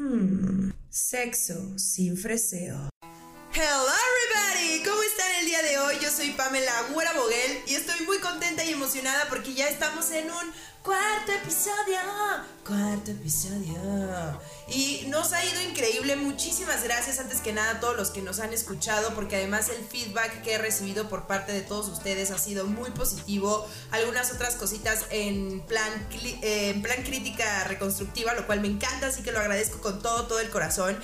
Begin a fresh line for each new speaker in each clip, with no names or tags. Hmm. Sexo sin freseo.
Hello everybody, ¿cómo están el día de hoy? Yo soy Pamela Agüera Boguel y estoy muy contenta y emocionada porque ya estamos en un cuarto episodio, cuarto episodio. Y nos ha ido increíble, muchísimas gracias antes que nada a todos los que nos han escuchado porque además el feedback que he recibido por parte de todos ustedes ha sido muy positivo. Algunas otras cositas en plan, eh, en plan crítica reconstructiva, lo cual me encanta, así que lo agradezco con todo, todo el corazón.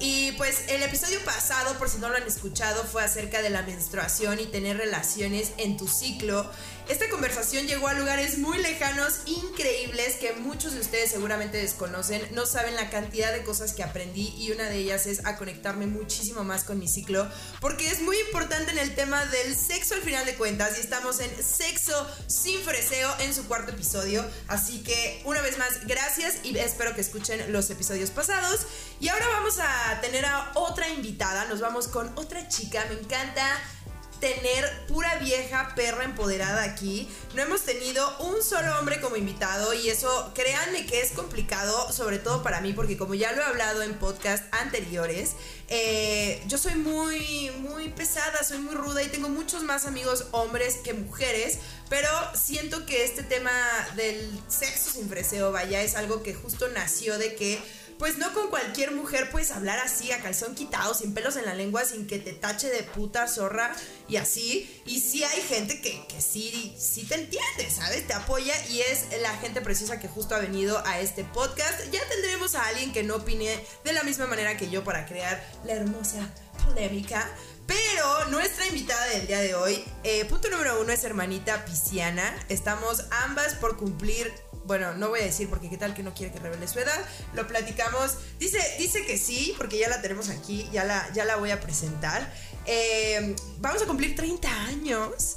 Y pues el episodio pasado, por si no lo han escuchado, fue acerca de la menstruación y tener relaciones en tu ciclo. Esta conversación llegó a lugares muy lejanos, increíbles, que muchos de ustedes seguramente desconocen. No saben la cantidad de cosas que aprendí y una de ellas es a conectarme muchísimo más con mi ciclo, porque es muy importante en el tema del sexo al final de cuentas y estamos en Sexo sin Freseo en su cuarto episodio. Así que una vez más, gracias y espero que escuchen los episodios pasados. Y ahora vamos a a tener a otra invitada. Nos vamos con otra chica. Me encanta tener pura vieja perra empoderada aquí. No hemos tenido un solo hombre como invitado y eso créanme que es complicado, sobre todo para mí, porque como ya lo he hablado en podcast anteriores, eh, yo soy muy, muy pesada, soy muy ruda y tengo muchos más amigos hombres que mujeres, pero siento que este tema del sexo sin freseo, vaya, es algo que justo nació de que pues no con cualquier mujer puedes hablar así, a calzón quitado, sin pelos en la lengua, sin que te tache de puta zorra y así. Y sí hay gente que, que sí, sí te entiende, ¿sabes? Te apoya y es la gente preciosa que justo ha venido a este podcast. Ya tendremos a alguien que no opine de la misma manera que yo para crear la hermosa polémica. Pero nuestra invitada del día de hoy, eh, punto número uno es hermanita Pisciana. Estamos ambas por cumplir bueno, no voy a decir porque qué tal que no quiere que revele su edad. Lo platicamos. Dice, dice que sí, porque ya la tenemos aquí, ya la, ya la voy a presentar. Eh, vamos a cumplir 30 años.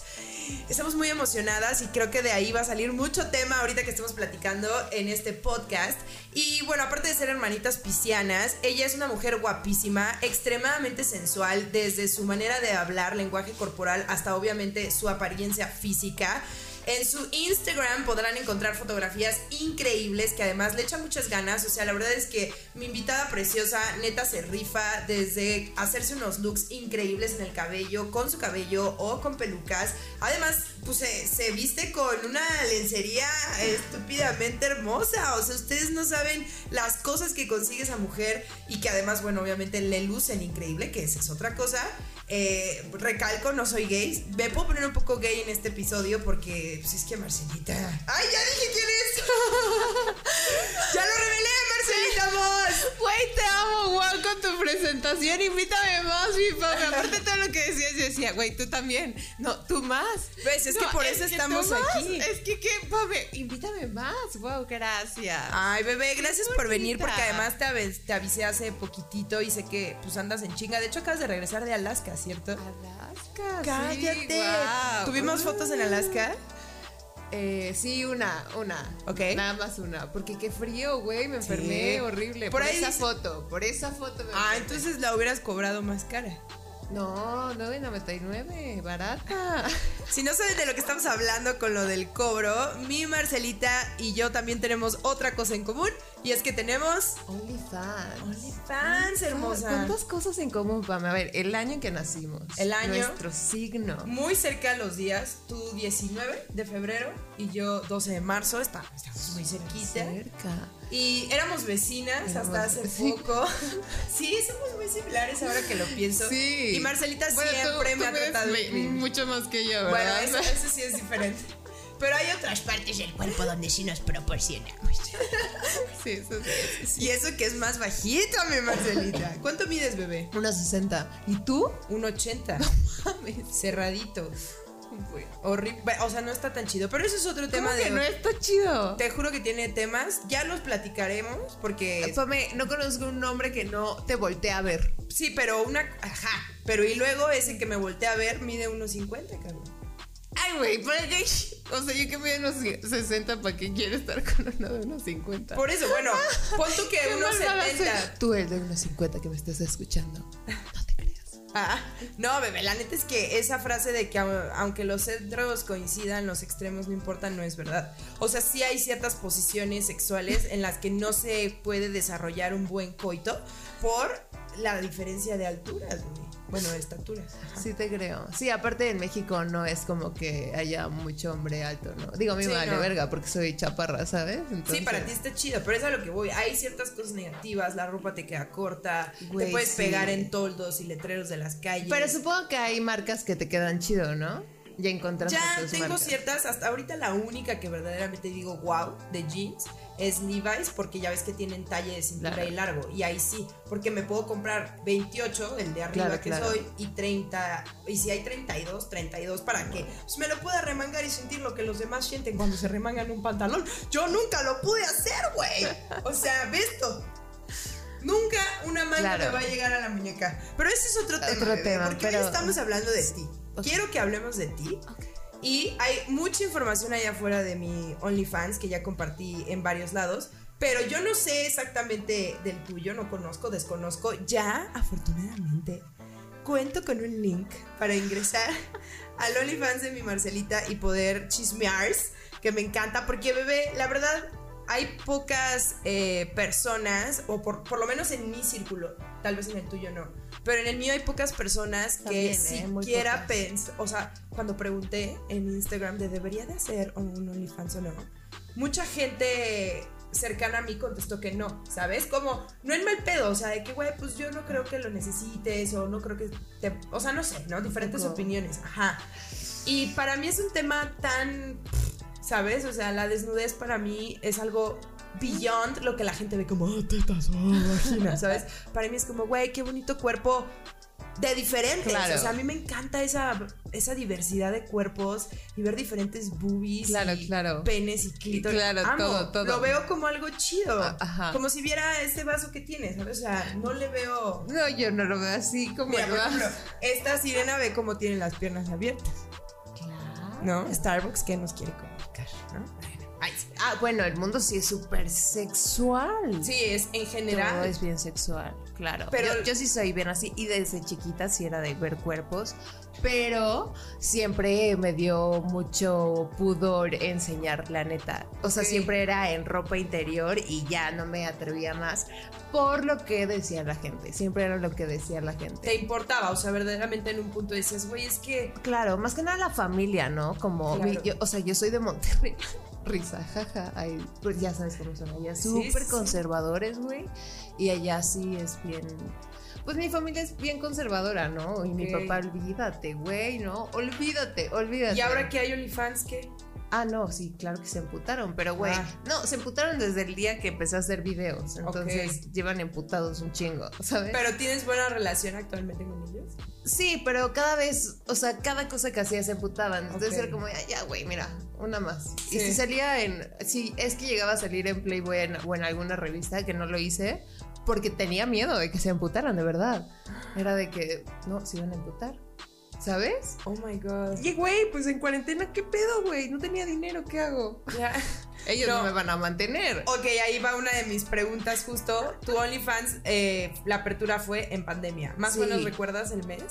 Estamos muy emocionadas y creo que de ahí va a salir mucho tema ahorita que estemos platicando en este podcast. Y bueno, aparte de ser hermanitas piscianas, ella es una mujer guapísima, extremadamente sensual, desde su manera de hablar, lenguaje corporal, hasta obviamente su apariencia física. En su Instagram podrán encontrar fotografías increíbles que además le echa muchas ganas. O sea, la verdad es que mi invitada preciosa neta se rifa desde hacerse unos looks increíbles en el cabello, con su cabello o con pelucas. Además, pues se, se viste con una lencería estúpidamente hermosa. O sea, ustedes no saben las cosas que consigue esa mujer y que además, bueno, obviamente le lucen increíble, que esa es otra cosa. Eh, recalco, no soy gay. Me puedo poner un poco gay en este episodio porque pues es que Marcelita. ¡Ay, ya dije quién es! ¡Ya lo revelé, Marcelita Vos!
Güey, te amo, wow, con tu presentación. Invítame más, mi papá. Aparte todo lo que decías, yo decía, güey, tú también. No, tú más.
Pues es
no,
que por eso
es que
estamos
tú más.
aquí.
Es que, ¿qué? Pame, invítame más. Wow, gracias.
Ay, bebé, gracias por venir porque además te, av te, avisé hace poquitito y sé que pues andas en chinga. De hecho, acabas de regresar de Alaska, ¿cierto?
Alaska.
Cállate.
Ah, Sí, wow.
¿Tuvimos uh. fotos en Alaska?
Eh, sí, una, una.
Ok.
Nada más una. Porque qué frío, güey. Me enfermé sí. horrible. Por, por esa dice... foto, por esa foto me
Ah, enfermé. entonces la hubieras cobrado más cara.
No, 9.99, barata.
Si no saben de lo que estamos hablando con lo del cobro, mi Marcelita y yo también tenemos otra cosa en común y es que tenemos
OnlyFans.
OnlyFans, hermosa.
¿Cuántas cosas en común, Pam? A ver, el año en que nacimos.
El año.
Nuestro signo.
Muy cerca de los días. Tú 19 de febrero y yo 12 de marzo. Estamos, estamos muy cerquita.
Cerca.
Y éramos vecinas éramos hasta hace sí. poco. sí, somos muy similares ahora que lo pienso.
Sí.
Y Marcelita bueno, siempre tú, me tú ha tratado me,
mucho más que yo, ¿verdad?
Bueno, eso, eso sí es diferente. Pero hay otras partes del cuerpo donde sí nos proporcionamos.
Sí, eso sí, sí.
Y eso que es más bajito, mi Marcelita. ¿Cuánto mides, bebé?
1,60. ¿Y tú?
1,80.
No mames.
Cerradito. Horrible. O sea, no está tan chido. Pero eso es otro tema
¿Cómo que
de.
no está chido.
Te juro que tiene temas. Ya los platicaremos porque.
Pame, no conozco un hombre que no te voltee a ver.
Sí, pero una. Ajá. Pero y luego ese que me voltea a ver mide 1,50, cabrón.
Ay, güey, ¿para qué? O sea, yo que mido unos 60, ¿para qué quiero estar con uno de unos 50?
Por eso, bueno, pon tú que unos 70.
Tú, el de unos 50 que me estás escuchando, no te creas.
Ah, no, bebé, la neta es que esa frase de que au- aunque los centros coincidan, los extremos no importan, no es verdad. O sea, sí hay ciertas posiciones sexuales en las que no se puede desarrollar un buen coito por la diferencia de alturas, güey. Bueno, de estaturas. ajá.
Sí te creo. Sí, aparte en México no es como que haya mucho hombre alto, ¿no? Digo, a mí
Sí,
me vale
no.
verga porque soy chaparra, ¿sabes?
Sí,
Entonces-
para ti está chido, pero es a lo que voy. Hay ciertas cosas negativas, la ropa te queda corta,
Güey,
te puedes
sí.
pegar en toldos y letreros de las calles.
Pero supongo que hay marcas que te quedan chido, ¿no? Ya encontraste
Ya
tus
tengo
marcas.
ciertas, hasta ahorita la única que verdaderamente digo wow de jeans es Levi's porque ya ves que tienen talle de cintura
Claro.
y largo y ahí sí, porque me puedo comprar 28, el de arriba
Claro,
que
claro.
soy, y 30, y si hay 32, 32 para que pues me lo pueda remangar y sentir lo que los demás sienten cuando se remangan un pantalón. Yo nunca lo pude hacer, güey. O sea, ve esto. Nunca una manga
Claro.
me va a llegar a la muñeca. Pero ese es otro tema.
Otro
bebé,
tema,
porque
pero-
hoy estamos hablando de ti.
Ok.
Quiero que hablemos de ti. Y hay mucha información allá afuera de mi OnlyFans que ya compartí en varios lados. Pero yo no sé exactamente del tuyo, no conozco, desconozco. Ya, afortunadamente, cuento con un link para ingresar al OnlyFans de mi Marcelita y poder chismear, que me encanta, porque bebé, la verdad, hay pocas eh, personas, o por, por lo menos en mi círculo, tal vez en el tuyo no, pero en el mío hay pocas personas
También,
que
¿eh? Muy
siquiera
pocas.
pens- o sea, cuando pregunté en Instagram de debería de hacer un OnlyFans o no, mucha gente cercana a mí contestó que no, ¿sabes? Como, no en mal pedo, o sea, de que, güey, pues yo no creo que lo necesites o no creo que te... O sea, no sé, ¿no? Diferentes
Tampoco.
opiniones, ajá. Y para mí es un tema tan... ¿Sabes? O sea, la desnudez para mí es algo beyond lo que la gente ve como, "Ah, tetas, ah, vagina, ¿sabes? Para mí es como, güey, qué bonito cuerpo de diferentes.
Claro.
O sea, a mí me encanta esa, esa diversidad de cuerpos y ver diferentes boobies,
Claro,
y
claro.
penes y clítoris.
Claro,
Amo.
todo, todo.
Lo veo como algo chido.
Ah, ajá.
Como si viera este vaso que tienes, ¿sabes? O sea, no le veo.
No, yo no lo veo así como
Mira,
el
por
vaso.
ejemplo, esta sirena ve cómo tiene las piernas abiertas, ¿no? Starbucks, ¿qué nos quiere comunicar, no? Ay, sí.
Ah, bueno, el mundo sí es súper sexual.
Sí, es en
Todo
general.
es bien sexual, claro.
Pero-
yo, yo sí soy bien así y desde chiquita sí era de ver cuerpos, pero siempre me dio mucho pudor enseñar la neta. O sea,
Ok.
siempre era en ropa interior y ya no me atrevía más por lo que decía la gente. Siempre era lo que decía la gente.
Te importaba, o sea, verdaderamente en un punto decías, güey, es que
Claro, más que nada la familia, ¿no? Como,
Claro.
mi- yo- o sea, yo soy de Monterrey. Risa, jaja. Ay, pues ya sabes cómo son allá.
Sí,
Súper
sí.
conservadores, güey. Y allá sí es bien. Pues mi familia es bien conservadora, ¿no? Y mi
Ok.
papá, olvídate, güey, ¿no? Olvídate, olvídate.
Y ahora que hay OnlyFans, ¿qué?
Ah, no, sí, claro que se emputaron, pero güey.
Ah.
No, se emputaron desde el día que empecé a hacer videos. Entonces llevan emputados un chingo, ¿sabes?
¿Pero tienes buena relación actualmente con ellos?
Sí, pero cada vez, o sea, cada cosa que hacía se emputaban. Entonces
Ok.
era como, "Ay, ya, güey, mira, una más.
Sí.
Y si salía en. Si es que llegaba a salir en Playboy en- o en alguna revista, que no lo hice, porque tenía miedo de que se emputaran, de verdad. Era de que, no, se iban a emputar. ¿Sabes?
Oh my god.
Y, güey, pues en cuarentena, ¿qué pedo, güey? No tenía dinero, ¿qué hago? Ellos no,
No.
me van a mantener.
Ok, ahí va una de mis preguntas justo. Tu OnlyFans, eh, la apertura fue en pandemia. ¿Más o
Sí.
menos recuerdas el mes?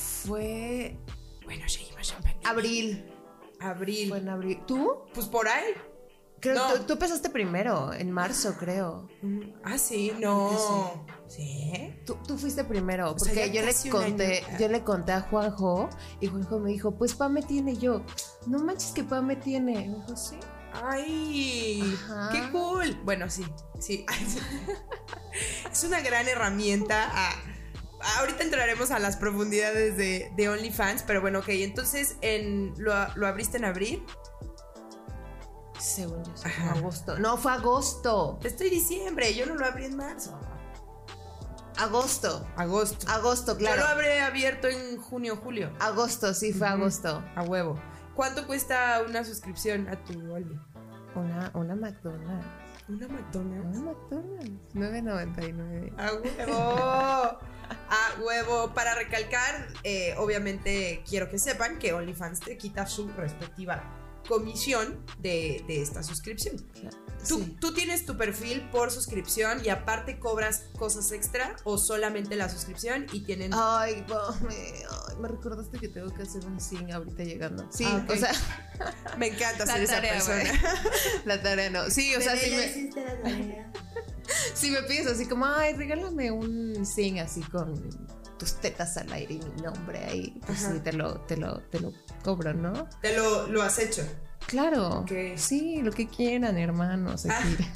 Fue
Bueno, seguimos en pandemia.
abril.
Abril.
Fue en abril. ¿Tú?
Pues por ahí.
Creo,
No.
tú, tú empezaste primero, en marzo, creo.
Ah, sí, no. Sí.
Tú, tú fuiste primero,
sea,
porque
ya
yo
casi
le
un
conté,
año.
yo le conté a Juanjo y Juanjo me dijo, pues Pame tiene Y yo. No manches que Pame tiene. Y Me dijo, sí.
Ay,
Ajá.
qué cool. Bueno, sí, sí. Ay, sí. es una gran herramienta. ah, ahorita entraremos a las profundidades de, de OnlyFans, pero bueno, ok. Entonces, en, lo, lo abriste en abril.
Según yo, sí,
Ajá.
fue agosto. No, fue agosto.
Te estoy diciembre, yo no lo abrí en marzo.
Agosto.
Agosto.
Agosto,
Yo lo
claro.
habré abierto en junio, julio.
Agosto, sí, fue
Ujú.
agosto.
A huevo. ¿Cuánto cuesta una suscripción a tu Only?
Una, una McDonald's.
Una McDonald's.
Una McDonald's. 9.99.
A huevo. A huevo. Para recalcar, eh, obviamente quiero que sepan que OnlyFans te quita su respectiva comisión de, de esta suscripción. ¿Tú,
Sí.
tú tienes tu perfil por suscripción y aparte cobras cosas extra o solamente la suscripción y tienen...
Ay, mami, ay, me recordaste que tengo que hacer un sing ahorita llegando. Sí,
Ah, ok.
o sea,
Me encanta
la
ser esa
tarea,
persona.
güey. La tarea no. Sí, o sea, si me, si me pides así como, ay, regálame un sing así con tus tetas al aire y mi nombre ahí, pues
Ajá.
sí, te lo, te lo, te lo cobro, ¿no?
Te lo, lo has hecho.
Claro.
Ok. Ah.
Sí, lo que quieran, hermanos. aquí.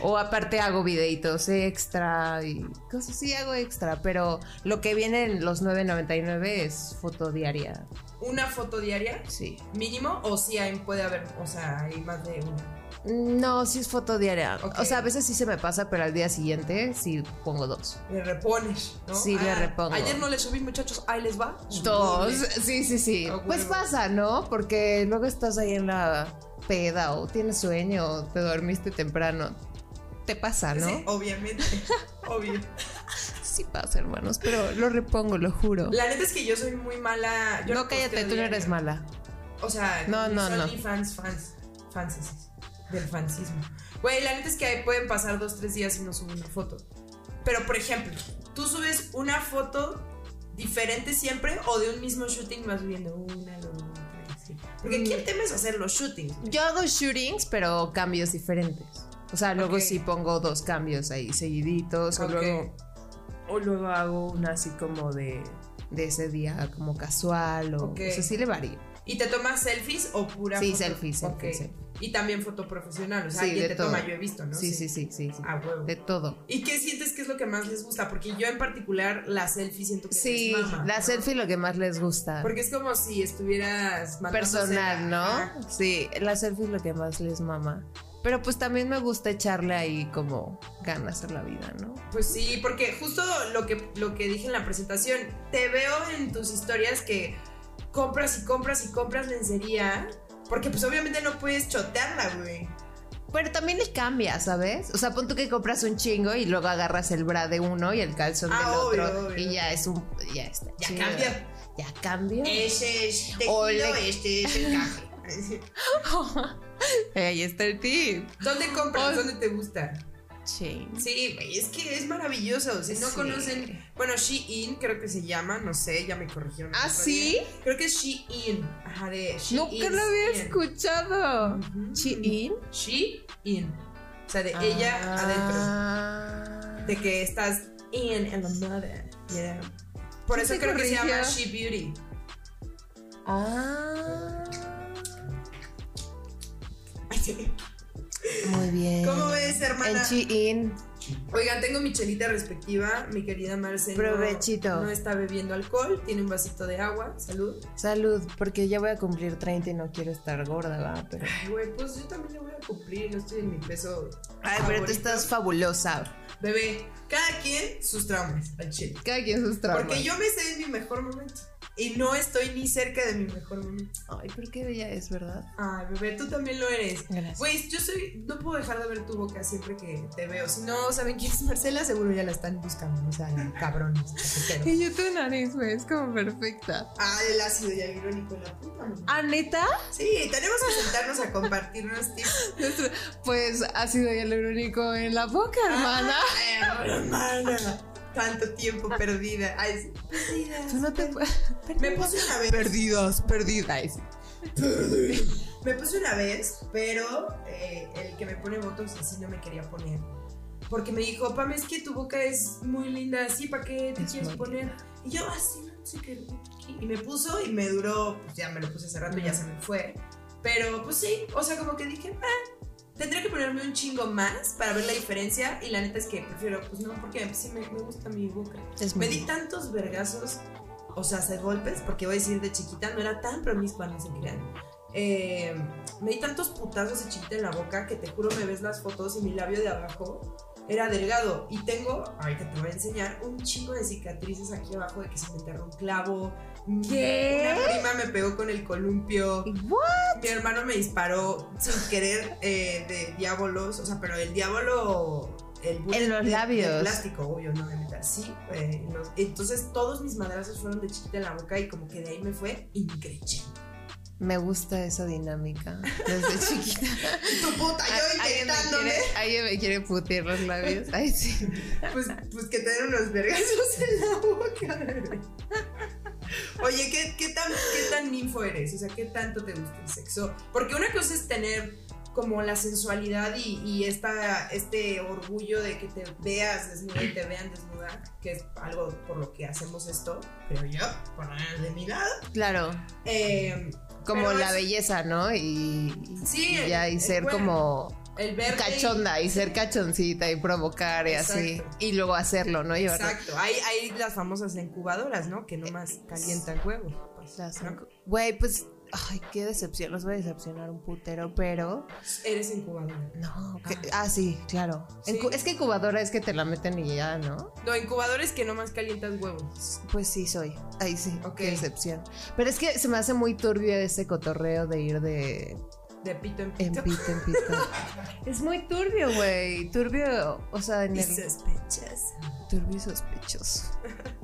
O aparte hago videitos extra y cosas así hago extra, pero lo que viene en los 9.99 es foto diaria.
¿Una foto diaria
Sí.
mínimo o si hay, puede haber, o sea, hay más de una?
No, sí es foto diaria.
Ok.
O sea, a veces sí se me pasa, pero al día siguiente sí pongo dos.
Le repones, ¿no? Ah,
Sí, le repongo.
Ayer no le subí, muchachos, ahí les va.
Dos.
Subidle.
Sí, sí, sí.
Ah,
Pues
huevo.
pasa, ¿no? Porque luego estás ahí en la peda o tienes sueño o te dormiste temprano. Te pasa, Ah, ¿no?
Sí, obviamente. Obvio.
Sí pasa, hermanos, pero lo repongo, lo juro.
La neta es que yo soy muy mala. yo
no, cállate,
posteo
tú no
diario.
eres mala.
O sea,
No, no, no.
Ni fans, fans, fanses del fancismo. Güey, la neta es que pueden pasar dos, tres días y no subo una foto. Pero, por ejemplo, tú subes una foto diferente siempre o de un mismo shooting vas subiendo una, luego otra, y así? Porque aquí el
Mm.
tema es hacer los shootings.
Yo hago shootings, pero cambios diferentes. O sea, luego
Ok.
sí pongo dos cambios ahí seguiditos.
Ok.
O, luego, o luego hago una así como de, de ese día, como casual. O,
Ok.
o sea, sí le varío.
¿Y te tomas selfies o pura
Sí,
foto?
selfies,
Ok.
selfies, selfies.
Y también foto profesional, o sea,
Sí,
alguien
de
te
todo.
toma, yo he visto, ¿no?
Sí, sí, Ah. sí, sí. sí.
A huevo.
De todo.
¿Y qué sientes que es lo que más les gusta? Porque yo en particular la selfie siento que
Sí,
les mama,
la
¿no?
selfie lo que más les gusta.
Porque es como si estuvieras mandándosela.
personal,
Ajá.
¿no? Sí, la selfie es lo que más les mama. Pero pues también me gusta echarle ahí como ganas a la vida, ¿no?
Pues sí, porque justo lo que, lo que dije en la presentación, te veo en tus historias que compras y compras y compras lencería, porque pues obviamente no puedes chotearla, güey.
Pero también le cambia, ¿sabes? O sea, pon tú que compras un chingo y luego agarras el bra de uno y el calzón
Ah,
del
obvio,
otro.
obvio.
Y ya es un. Ya está.
Ya
chido.
cambia. Eh.
Ya cambia.
Ese es tejido,
O le-
este es encaje.
Ahí está el tip.
¿Dónde compras?
O-
¿Dónde te gusta?
Change.
Sí, güey, es que es maravilloso. Si no
Sí.
conocen, bueno, Shein creo que se llama, no sé, ya me corrigieron. el
¿Ah,
otro
sí?
día. Creo que es Shein. Ajá, de Shein.
Nunca lo había
Shein.
escuchado.
Ujú.
Chi-in.
Shein. O sea, de ella
Ah.
adentro. De que estás in en la moda. yeah. Por
Sí
eso
se
creo que se llama
corrigió.
She Beauty.
Ah. Muy bien.
¿Cómo ves, hermana?
En Chi-in.
Oigan, tengo mi chelita respectiva. Mi querida Marcela.
Provechito.
No está bebiendo alcohol, tiene un vasito de agua. Salud.
Salud, porque ya voy a cumplir 30 y no quiero estar gorda, ¿va? Pero...
Ay, güey, pues yo también le voy a cumplir, no estoy en mi peso.
Ay, pero
favorito.
tú estás fabulosa.
Bebé, cada quien sus traumas al chile.
Cada quien sus traumas.
Porque yo me sé en mi mejor momento. Y no estoy ni cerca de mi mejor momento.
Ay, pero qué bella es, ¿verdad?
Ay, bebé, tú también lo eres.
Gracias.
Güey, yo soy. No puedo dejar de ver tu boca siempre que te veo. Si no saben quién es Marcela, seguro ya la están buscando. O sea, cabrones. chaqueteros.
Y yo tu nariz, güey, es como perfecta.
Ah, el ácido hialurónico en la puta. mamá.
¿Ah, neta?
Sí, tenemos que sentarnos a compartirnos tips.
Pues ha sido ya lo único en la boca,
Ah.
hermana.
Ay, hermana. Tanto tiempo perdida. Ay, sí. Perdida.
Tú no te puedes.
Me puse una vez.
Perdidos, perdidas.
Me puse una vez, pero eh, el que me pone votos así no me quería poner. Porque me dijo, Pam, es que tu boca es muy linda así, ¿para qué te
Es
quieres
muy
poner? Y yo, así, no sé qué. Y me puso y me duró, pues ya me lo puse hace rato, ya se me fue. Pero pues sí, o sea, como que dije, ah, tendré que ponerme un chingo más para ver la diferencia. Y la neta es que prefiero, pues no, porque sí me, me gusta mi boca.
Es
Me di tantos vergazos, o sea, hacer golpes, porque voy a decir de chiquita, no era tan promiscua, no se crean. Eh, me di tantos putazos de chiquita en la boca que te juro me ves las fotos y mi labio de abajo era delgado. Y tengo, ahorita te voy a enseñar, un chingo de cicatrices aquí abajo de que se me enterró un clavo.
¿Qué?
Una prima me pegó con el columpio.
¿What?
Mi hermano me disparó sin querer eh, de diabolos, o sea, pero el diablo. El bullet
En los
de- de
labios.
plástico, obvio, no de metal. Sí, eh, en los- entonces todos mis madrazos fueron de chiquita en la boca y como que de ahí me fue increíble.
Me gusta esa dinámica desde chiquita.
Tu puta, yo
¿Alguien, me
intentándome.
quiere, alguien me quiere putear los labios. Ay, sí.
Pues, pues que te den unos vergazos en la boca, bebé. Oye, ¿qué, qué tan, ¿qué tan ninfo eres? O sea, ¿qué tanto te gusta el sexo? Porque una cosa es tener como la sensualidad y, y esta, este orgullo de que te veas desnuda y te vean desnuda, que es algo por lo que hacemos esto, creo yo, por lo menos de mi lado.
Claro.
Eh,
Como
Pero
la
es-
belleza, ¿no? Y,
Sí,
y ya, y
el-
ser
bueno,
como
el verde.
cachonda y ser cachoncita y provocar y así.
Exacto.
Y luego hacerlo, ¿no? Llevarlo.
Exacto. Hay, hay las famosas incubadoras, ¿no? Que nomás calientan huevo. pues,
Las-
¿no?
Güey, pues, ay, qué decepción. Los voy a decepcionar un putero, pero.
Eres incubadora.
No. que- ah. sí, claro. En
Sí.
cu- Es que incubadora es que te la meten y ya, ¿no?
No, incubadores que nomás calientan huevos.
Pues sí, soy. Ahí sí.
Ok.
Qué decepción. Pero es que se me hace muy turbio ese cotorreo de ir de
De pito en
En
pito.
pito, en pito. es muy turbio, güey. Turbio, o sea, en
Y
el
sospechas.
turbio y sospechoso.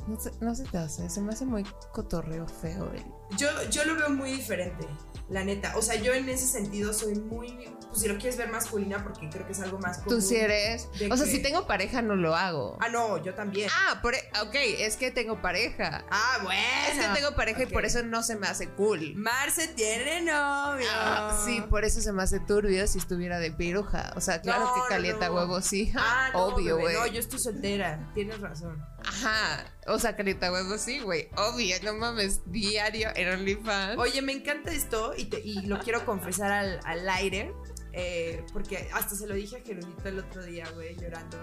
No se, no se te hace, se me hace muy cotorreo feo, güey.
Yo, yo lo veo muy diferente, la neta. O sea, yo en ese sentido soy muy. Pues si lo quieres ver masculina, porque creo que es algo más común.
Tú sí eres.
¿De
O sea,
qué?
si tengo pareja, no lo hago.
Ah, no, yo también.
Ah, por, ok, es que tengo pareja.
Ah, bueno.
Es que tengo pareja
ok.
y por eso no se me hace cool.
Marce tiene novio.
Ah, sí, por eso se me hace turbio si estuviera de piruja. O sea, claro
No,
que
no,
calienta
no.
huevos, sí.
Ah, no,
Obvio,
bebé,
güey.
No, yo estoy soltera. Tienes razón.
Ajá. O sea, calienta huevos, sí, güey. Obvio, no mames. Diario en OnlyFans.
Oye, me encanta esto y, te- y lo quiero confesar al, al aire. eh, porque hasta se lo dije a Gerudito el otro día, güey, llorando.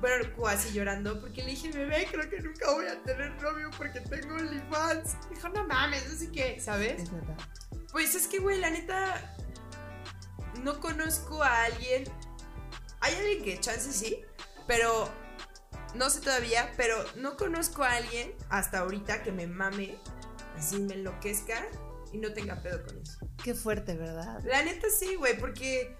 Bueno, cuasi llorando, porque le dije, bebé, creo que nunca voy a tener novio porque tengo OnlyFans. Dijo, no mames, no sé qué, ¿sabes?
Es verdad.
Pues es que, güey, la neta, no conozco a alguien. Hay alguien que chance sí, pero no sé todavía, pero no conozco a alguien hasta ahorita que me mame, así me enloquezca y no tenga pedo con eso.
Qué fuerte, ¿verdad?
La neta sí, güey, porque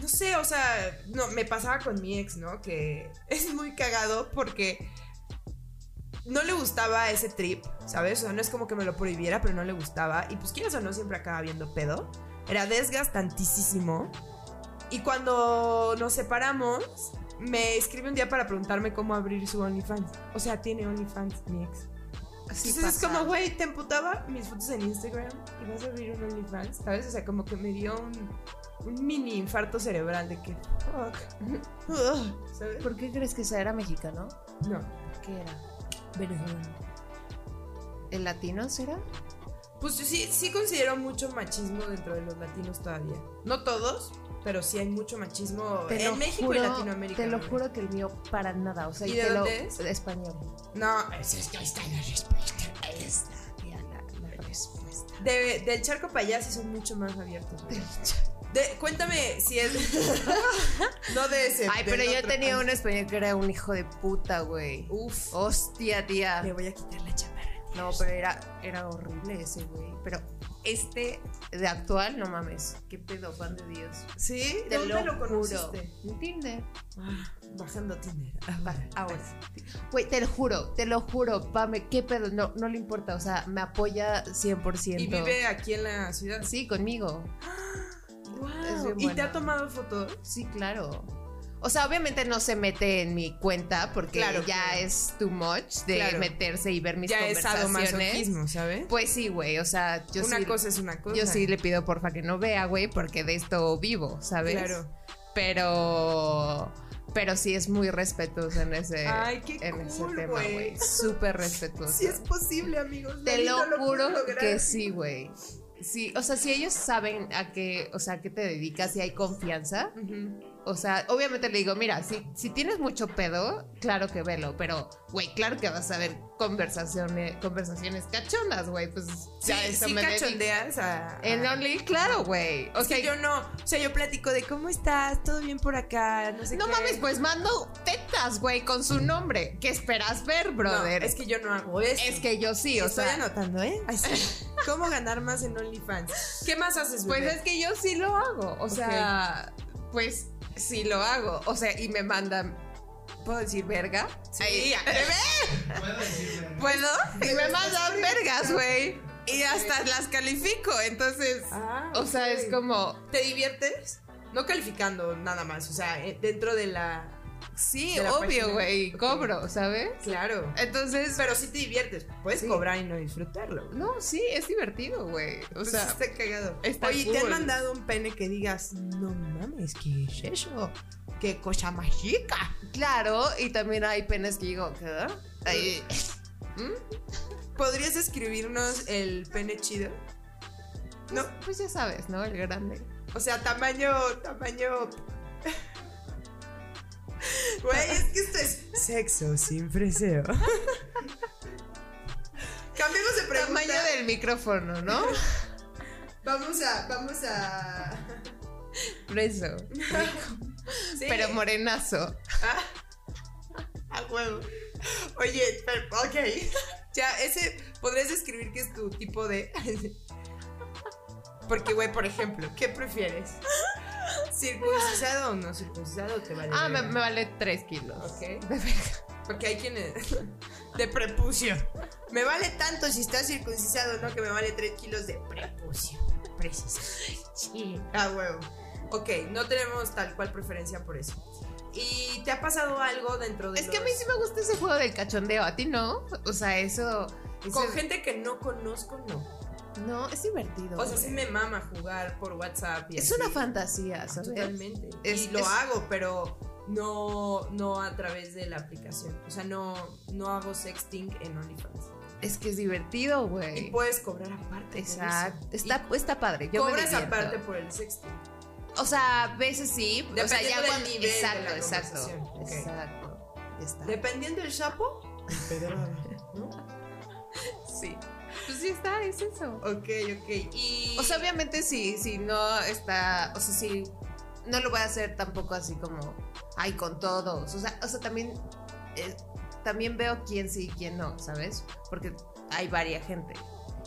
no sé, o sea, no me pasaba con mi ex, ¿no? Que es muy cagado porque no le gustaba ese trip, ¿sabes? O sea, no es como que me lo prohibiera, pero no le gustaba y pues quieras o no siempre acaba viendo pedo. Era desgastantísimo. Y cuando nos separamos, me escribe un día para preguntarme cómo abrir su OnlyFans. O sea, tiene OnlyFans mi ex.
Así
Entonces es como, güey, te emputaba mis fotos en Instagram y vas a abrir un OnlyFans, ¿sabes? O sea, como que me dio un, un mini infarto cerebral de que, fuck, ugh, ¿sabes?
¿Por qué crees que esa era mexicano?
No,
¿Qué era?
venezolano.
¿El latino será?
Pues yo sí, sí considero mucho machismo dentro de los latinos todavía. No todos, pero sí hay mucho machismo en
lo
México y
juro-
Latinoamérica.
Te lo
güey.
juro que el mío para nada. O sea,
¿Y
y
de
te lo-
dónde es?
de Español.
No, Pues es- es-
ahí está la respuesta. Ahí está ya la, la respuesta.
de- del charco para allá sí son mucho más abiertos. güey. De- cuéntame si es... no de ese.
Ay,
del
pero yo
otro
tenía
país.
un español que era un hijo de puta, güey.
Uf.
Hostia, tía.
Le voy a quitar la chamarra.
No, pero era, era horrible ese, güey. Pero este de actual, no mames. Qué pedo, fan de Dios.
¿Sí?
Te
¿Dónde lo, conociste?
En Tinder.
Ah. Bajando Tinder.
Va, ahora. Güey, te lo juro, te lo juro, Pame, qué pedo, no, no le importa, o sea, me apoya 100%.
Y vive aquí en la ciudad.
Sí, conmigo. Es bien
¿Y te
buena.
ha tomado fotos?
Sí, claro. O sea, obviamente no se mete en mi cuenta porque
Claro,
ya
claro.
es too much de
Claro.
meterse y ver mis
ya es
conversaciones.
sadomasoquismo, ¿sabes?
pues sí, güey, o sea, yo
una
sí,
cosa es una cosa.
yo sí le pido porfa que no vea, güey, porque de esto vivo, ¿sabes?
Claro.
Pero pero sí es muy respetuoso en ese
Ay, qué
en ese
cool,
tema,
güey.
güey. Súper respetuoso.
Si es posible, amigos.
Te
Nadie
lo
no pudo
juro
lograr.
que sí, güey. Sí, o sea, si ellos saben a qué, o sea, a qué te dedicas y hay confianza,
Ujú.
o sea, obviamente le digo, mira, si, si tienes mucho pedo, claro que velo, pero, güey, claro que vas a ver conversaciones, conversaciones cachondas, güey, pues ya
Sí,
eso
sí
me dedico.
cachondeas a...
En
a-
Only, claro, güey. O
Es
sea,
que yo no. O sea, yo platico de cómo estás, todo bien por acá, no sé
no
qué.
mames, pues mando tetas, güey, con su nombre. ¿Qué esperas ver,
No,
brother?
es que yo no hago eso.
Es que yo sí, o
Estoy
sea.
anotando, ¿eh? Ay, sí. ¿Cómo ganar más en OnlyFans? ¿Qué más haces,
Pues
bebé?
es que yo sí lo hago. O sea, pues sí lo hago. O sea, y me mandan. ¿Puedo decir verga? Sí.
¿Puedo?
¿Puedo? Y me mandan vergas, güey. y hasta las califico. Entonces,
Ah,
o sea,
ok.
es como,
¿Te diviertes? No calificando nada más, o sea, eh, dentro de la...
sí,
De la página.
obvio, güey,
Ok.
cobro, ¿sabes?
Claro.
Entonces,
Pero sí te diviertes, puedes
Sí.
cobrar y no disfrutarlo. güey.
no, sí, es divertido, güey. O
Pues
sea,
está cagado.
está
Oye, ¿te han
cool.
mandado un pene que digas, no mames, ¿qué es eso? ¿Qué cosa más chica?
claro, y también hay penes que digo, ¿qué?
Pues
Ay,
¿Podrías escribirnos el pene chido? No,
pues ya sabes, ¿no? El grande.
o sea, tamaño, tamaño... Güey, es que esto es sexo sin freseo. Cambiemos de pregunta.
Tamaño del micrófono, ¿no?
Vamos a, vamos a...
Preso,
Sí.
pero morenazo.
A huevo. Oye, pero, ok. Ya, ese podrías describir que es tu tipo de. Porque, güey, por ejemplo, ¿qué prefieres? ¿Circuncisado o no circuncisado? Te vale
Ah, me,
verga?
me vale 3 kilos.
Ok. Porque hay quienes. De prepucio. Me vale tanto si está circuncisado o no que me vale 3 kilos de prepucio. Preciso. Ah, huevo. Ok, no tenemos tal cual preferencia por eso. ¿Y te ha pasado algo dentro de
Es que a mí
los-
sí me gusta ese juego del cachondeo, a ti no. O sea, eso.
Con
eso-
gente que no conozco, no.
No, es divertido.
O sea, sí
güey.
me mama jugar por WhatsApp. Y
es
así.
una fantasía, ¿sabes?
Totalmente.
Es-
y lo
es-
hago, pero no, no a través de la aplicación. O sea, no, no hago sexting en OnlyFans.
Es que es divertido,
Y
güey.
puedes cobrar aparte. por eso.
Exacto.
Y
Está, está padre. Yo me
cobras
divierto.
aparte por el sexting.
O sea, a veces sí. O sea,
Dependiendo
ya
del
cuando.
nivel de
exacto,
la
exacto.
conversación. Ok.
Exacto. Ya está.
Dependiendo del chapo. ¿no?
sí. Pues sí está, es eso.
Ok, ok. Y.
O sea, obviamente sí, si no está, o sea, sí, no lo voy a hacer tampoco así como, ay, con todos. O sea, o sea también, eh, también veo quién sí y quién no, ¿sabes? Porque hay varia gente.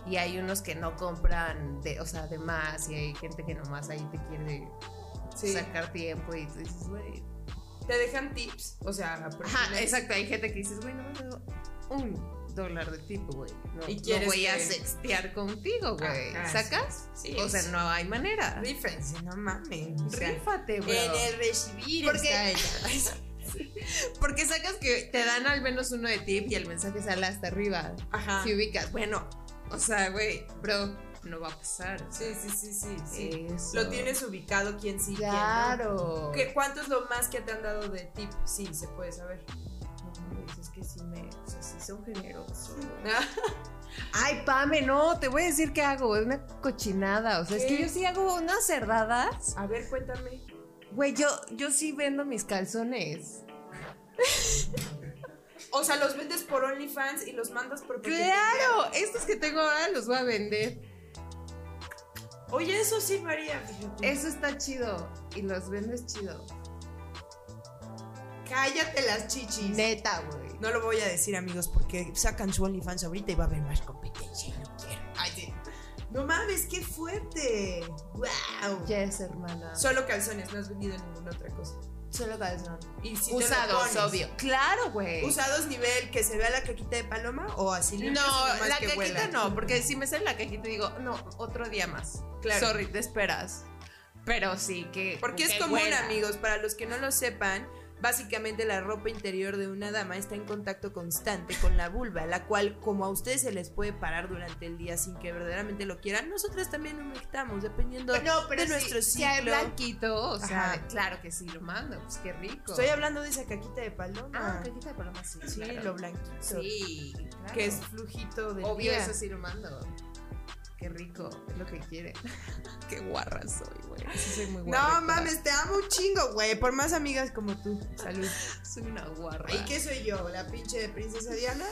Y hay unos que no compran, de, o sea, de más, y hay gente que nomás ahí te quiere
sí.
sacar tiempo y tú dices, güey.
te dejan tips. O sea, por ejemplo,
Ajá, exacto, hay gente que dices, güey, no me doy un dólar de tipo, güey. No,
Y
no
quieres
voy a
que-
sextear contigo, güey.
Ajá,
¿Sacas?
sí,
o sea,
sí.
no hay manera.
Rífense, no mames. o sea,
Rífate, bro.
En el recibir
Porque-
está ella.
Porque sacas que te dan al menos uno de tip y el mensaje sale hasta arriba.
Ajá.
Si
Sí,
ubicas, bueno, o sea, güey, bro, no va a pasar. o sea,
sí, sí, sí, sí.
Eso.
Lo tienes ubicado quién sí, quién no.
Eh, Claro.
¿Qué- ¿Cuánto es lo más que te han dado de tip? Sí, se puede saber.
No, pues es que sí me, o sea, sí son generosos. Ah. Ay, Pame, no, te voy a decir qué hago, es una cochinada, o sea, es
¿Qué?
que yo sí hago unas cerdadas.
A ver, cuéntame.
Güey, yo, yo sí vendo mis calzones.
O sea, los vendes por OnlyFans y los mandas por paquete.
Claro, estos que tengo ahora los voy a vender.
Oye, eso sí, María, pues, fíjate.
Eso está chido y los vendes chido.
Cállate las chichis.
Neta, güey.
No lo voy a decir, amigos, porque sacan su OnlyFans ahorita y va a haber más competencia. y No quiero. Ay, sí. No mames, qué fuerte. ¡Wow!
Yes, hermana.
Solo calzones, no has vendido ninguna otra cosa.
solo calzón.
Y si te lo
Usados,
pones.
obvio. Claro, güey.
¿Usados nivel que se vea la caquita de paloma o así?
No,
limpias y nomás
la
que
cajita
huela?
no, porque si me sale la cajita y digo, no, otro día más.
Claro.
Sorry, te esperas. Pero sí que.
Porque es
que
común,
huela.
amigos, para los que no lo sepan, básicamente la ropa interior de una dama está en contacto constante con la vulva, la cual, como a ustedes se les puede parar durante el día sin que verdaderamente lo quieran, nosotros también humectamos, dependiendo
No, pero
de
si,
nuestro
si hay
ciclo.
blanquito, o sea,
Ajá.
claro que sí lo mando, pues qué rico.
Estoy hablando de esa caquita de paloma.
Ah, cajita de paloma, sí.
sí,
claro.
lo blanquito.
Sí, claro.
Que es flujito de
Obvio, eso sí lo mando. Qué rico, es lo que quiere. qué guarra soy, güey. Sí, soy muy guarra.
No mames, te amo un chingo, güey. Por más amigas como tú. Salud.
Soy una guarra.
¿Y qué soy yo? ¿La pinche princesa Diana?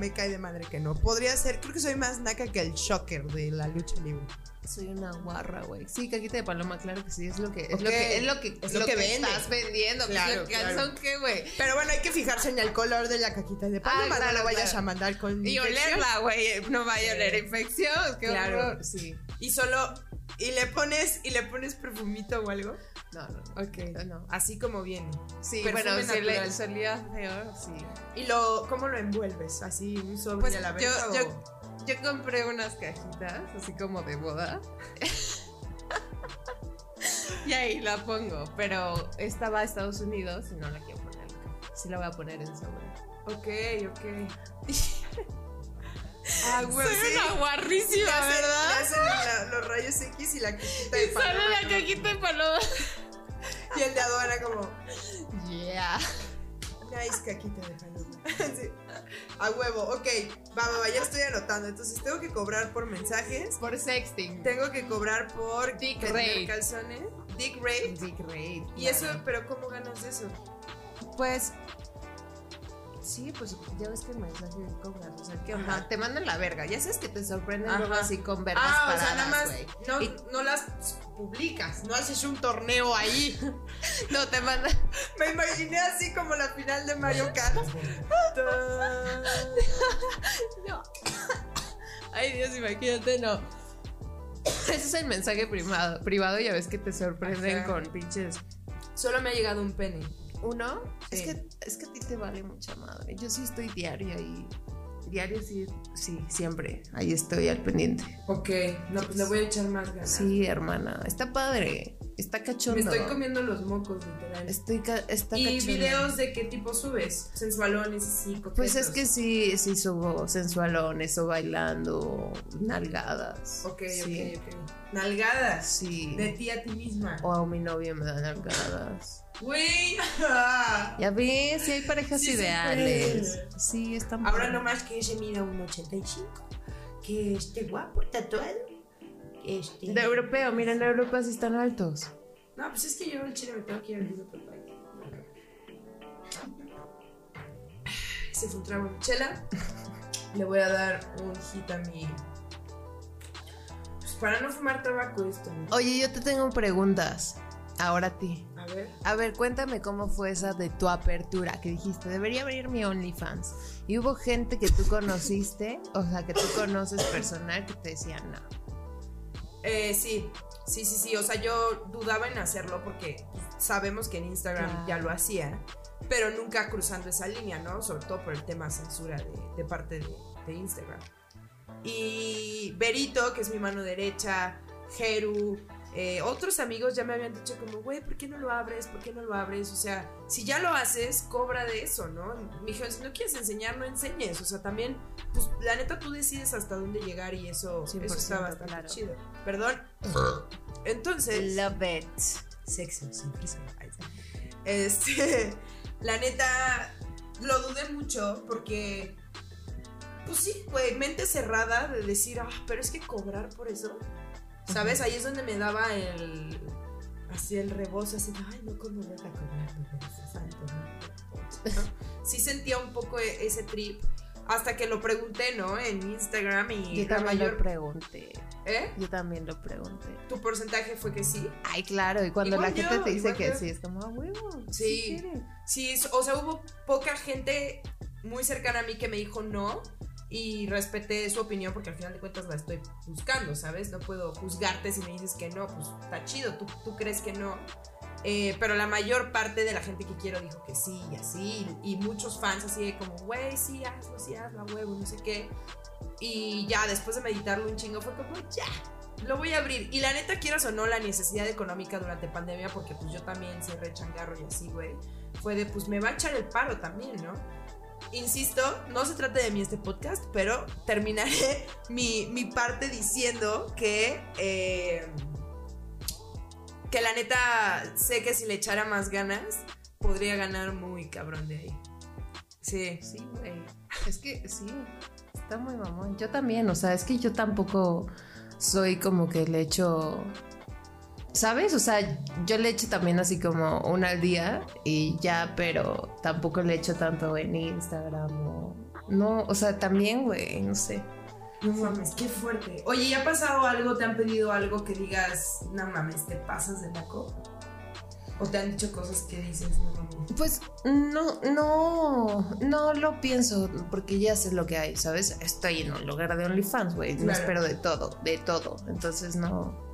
Me cae de madre que no. Podría ser, creo que soy más naca que el shocker de la lucha libre.
Soy una guarra, güey. Sí, cajita de paloma, claro que sí. Es lo que, es
Ok.
lo que, es lo que,
Es lo que vende.
estás vendiendo.
Claro,
Claro,
claro.
calzón qué, güey.
Pero bueno, hay que fijarse en el color de la caquita de paloma.
claro,
no la vayas
claro.
a mandar con.
Y
infección.
olerla, güey. No vaya a
Sí.
oler a infección. Qué
Claro.
horror. Sí.
Y solo. Y le pones. Y le pones perfumito o algo.
No, no, no.
Ok.
No.
Así como viene.
Sí,
Perfume
bueno, si
natural.
le solía feo, sí.
¿Y lo, cómo lo envuelves? ¿Así un sobre
Pues
a la
yo,
vez?
yo, Yo compré unas cajitas, así como de boda. y ahí la pongo. Pero esta va a Estados Unidos y no la quiero poner acá. Sí la voy a poner en sobre.
Ok, ok.
Ah,
güey, sí.
guarrísima,
Le hacen- le hacen la- los rayos X y la cajita de
Sale
paloma,
la
¿no?
cajita de paloma.
Y el de aduana como,
Yeah.
nice caquita de paloma. Sí. A huevo, ok. Va, va, va, ya estoy anotando. Entonces tengo que cobrar por mensajes.
Por sexting.
Tengo que cobrar por
Dick
tener
rate.
calzones. Dick rate.
Dick rate,
Y
claro.
eso, pero ¿cómo ganas de eso?
Pues. Sí, pues ya ves que el mensaje de cobras. O sea, ¿qué onda?
Ajá.
Te mandan la verga. Ya sabes que te sorprenden
Ajá.
luego así con vergas
ah, o sea, nada
paradas,
más
güey.
no,
Y-
no las publicas, no haces un torneo ahí.
No, te mandan.
Me imaginé así como la final de Mario Kart. Ta-
No. Ay, Dios, imagínate, no. Ese es el mensaje privado. Privado, ya ves que te sorprenden
Ajá.
con pinches.
Solo me ha llegado un penny.
Uno, es,
Sí.
que, es que a ti te vale mucha madre. Yo sí estoy diario ahí. Diario sí, sí, siempre. Ahí estoy al pendiente.
Ok, no, pues le voy a echar más ganas.
Sí, hermana. Está padre. Está
Me
cachondo.
estoy comiendo los mocos, literal.
Estoy ca- está
y
cachondo.
videos de qué tipo subes, sensualones así, coquetos.
Pues es que sí, sí subo sensualones o bailando, nalgadas.
Ok,
sí.
ok, ok. Nalgadas.
Sí.
De ti a ti misma.
O a mi novio me da nalgadas.
Güey.
Ya ves, si hay parejas
Sí se
ideales. Sí, están
Ahora
padres.
nomás que se mira un 85, que esté guapo, tatuado. que esté-
De europeo, mira, en Europa sí están altos.
No, pues es que yo en Chile me tengo que ir a otro país. Ese fue un trago de chela. Le voy a dar un hit a mi. Pues para no fumar tabaco esto. ¿no?
Oye, yo te tengo preguntas. Ahora a ti.
A ver.
A ver, cuéntame cómo fue esa de tu apertura que dijiste, debería abrir mi OnlyFans. Y hubo gente que tú conociste, o sea, que tú conoces personal, que te decía, no.
Eh, sí, sí, sí, sí. O sea, yo dudaba en hacerlo porque sabemos que en Instagram
Claro.
ya lo hacía, pero nunca cruzando esa línea, ¿no? Sobre todo por el tema censura de, de parte de, de Instagram. Y Berito, que es mi mano derecha, Jeru, eh, otros amigos ya me habían dicho como, güey, ¿por qué no lo abres? ¿Por qué no lo abres? O sea, si ya lo haces, cobra de eso, ¿no? Me dijeron, si no quieres enseñar, no enseñes. O sea, también, pues la neta tú decides hasta dónde llegar y eso, eso
100%,
está bastante
claro.
chido. Perdón. Entonces,
Love it.
sexo, siempre soy- Ay, sí. Este, la neta, lo dudé mucho porque, pues sí, güey, mente cerrada de decir, ah, pero es que cobrar por eso, ¿sabes? Ahí es donde me daba el, así el rebozo, así, de, ay, no, ¿cómo voy a cobrar? Me parece santo, ¿no?" Sí sentía un poco e- ese trip hasta que lo pregunté, ¿no? En Instagram y
Yo
la
también
mayor...
lo pregunté.
¿Eh?
Yo también lo pregunté.
¿Tu porcentaje fue que sí?
Ay, claro, y cuando
Igual
la gente
yo,
te dice
igual
que
yo.
sí, es como, ah, huevo.
Sí.
quiere".
Sí, s- o sea, hubo poca gente muy cercana a mí que me dijo no y respeté su opinión porque al final de cuentas la estoy buscando, ¿sabes? No puedo juzgarte si me dices que no, pues está chido, tú, tú crees que no. Eh, pero la mayor parte de la gente que quiero dijo que sí y así, y muchos fans así de como, güey, sí, hazlo, sí, hazlo, a huevo, no sé qué. Y ya después de meditarlo un chingo fue como, ya, lo voy a abrir. Y la neta, quieras o no, la necesidad económica durante pandemia, porque pues yo también cerré changarro y así, güey fue de pues me va a echar el paro también, ¿no? Insisto, no se trata de mí este podcast, pero terminaré mi, mi parte diciendo que, eh, que la neta sé que si le echara más ganas, podría ganar muy cabrón de ahí. Sí.
Sí, güey. Es que sí, está muy mamón. Yo también, o sea, es que yo tampoco soy como que le echo. ¿Sabes? O sea, yo le echo también así como una al día y ya, pero tampoco le echo tanto en Instagram o. No, o sea, también, güey, no sé.
No mames, qué fuerte. Oye, ¿y ha pasado algo? ¿Te han pedido algo que digas, no mames, te pasas de naco? ¿O te han dicho cosas que dices, no mames?
Pues no, no, no lo pienso porque ya sé lo que hay, ¿sabes? Estoy en un lugar de OnlyFans, güey. Me
Claro.
espero de todo, de todo. Entonces no.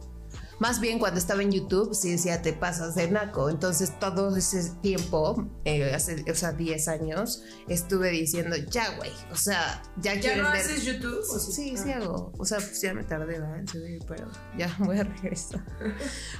Más bien cuando estaba en YouTube, sí decía, te pasas de naco. Entonces todo ese tiempo, eh, hace, o sea, 10 años, estuve diciendo, ya, güey, o sea, ya,
¿Ya
quieres
no
ver...
haces YouTube? Ah. ¿O sí?
Pues Sí, sí hago. O sea, pues ya me tardé ¿verdad? en subir, pero ya voy a regresar.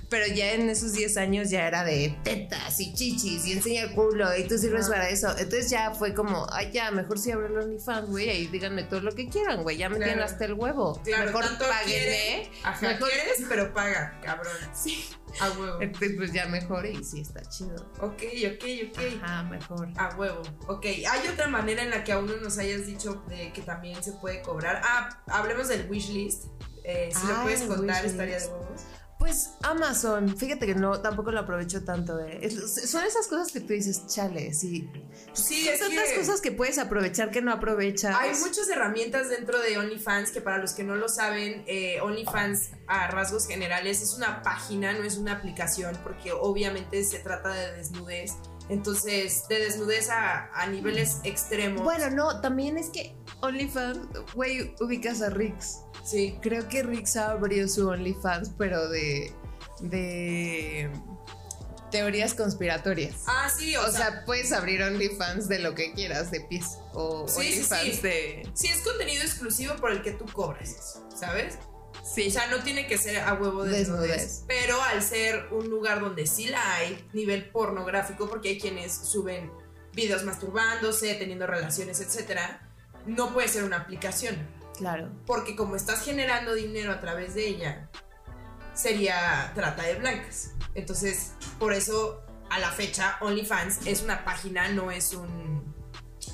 Pero ya en esos 10 años ya era de tetas y chichis y enseña el culo y tú sirves para eso. Entonces ya fue como, ay, ya, mejor si abro el OnlyFans, güey, ahí díganme todo lo que quieran, güey, ya me
Claro.
tienen hasta el huevo.
Claro,
mejor
tanto
páguenme.
quiere, ajá,
mejor-
quieres, pero paga, cabrón.
Sí.
A huevo.
Entonces, pues ya mejor y sí está chido.
Ok, ok, ok.
Ajá, mejor.
A huevo. Ok, ¿hay otra manera en la que aún no nos hayas dicho de que también se puede cobrar? Ah, hablemos del wishlist. Eh, si lo
Ah,
puedes
el
contar,
wishlist.
estaría de huevos.
Pues Amazon, fíjate que no, tampoco lo aprovecho tanto. eh. Es- son esas cosas que tú dices, chale, sí.
Sí,
Son
es
Pues otras
que-
cosas que puedes aprovechar que no aprovechas.
Hay muchas herramientas dentro de OnlyFans que para los que no lo saben, eh, OnlyFans a rasgos generales es una página, no es una aplicación, porque obviamente se trata de desnudez. Entonces, de desnudez a, a niveles extremos.
Bueno, no, también es que OnlyFans, güey, ubicas a Rix.
sí.
Creo que Rix abrió su OnlyFans, pero de. de. teorías conspiratorias.
Ah, sí, o,
o sea, puedes abrir OnlyFans de lo que quieras, de pies. O
Sí, sí,
OnlyFans
sí.
de.
sí es contenido exclusivo por el que tú cobras, ¿sabes?
Sí.
O sea, no tiene que ser a huevo de desnudez,
Desnudez.
Pero al ser un lugar donde sí la hay, nivel pornográfico, porque hay quienes suben videos masturbándose, teniendo relaciones, etcétera, no puede ser una aplicación.
claro.
Porque como estás generando dinero a través de ella, sería trata de blancas. Entonces, por eso a la fecha OnlyFans es una página, no es un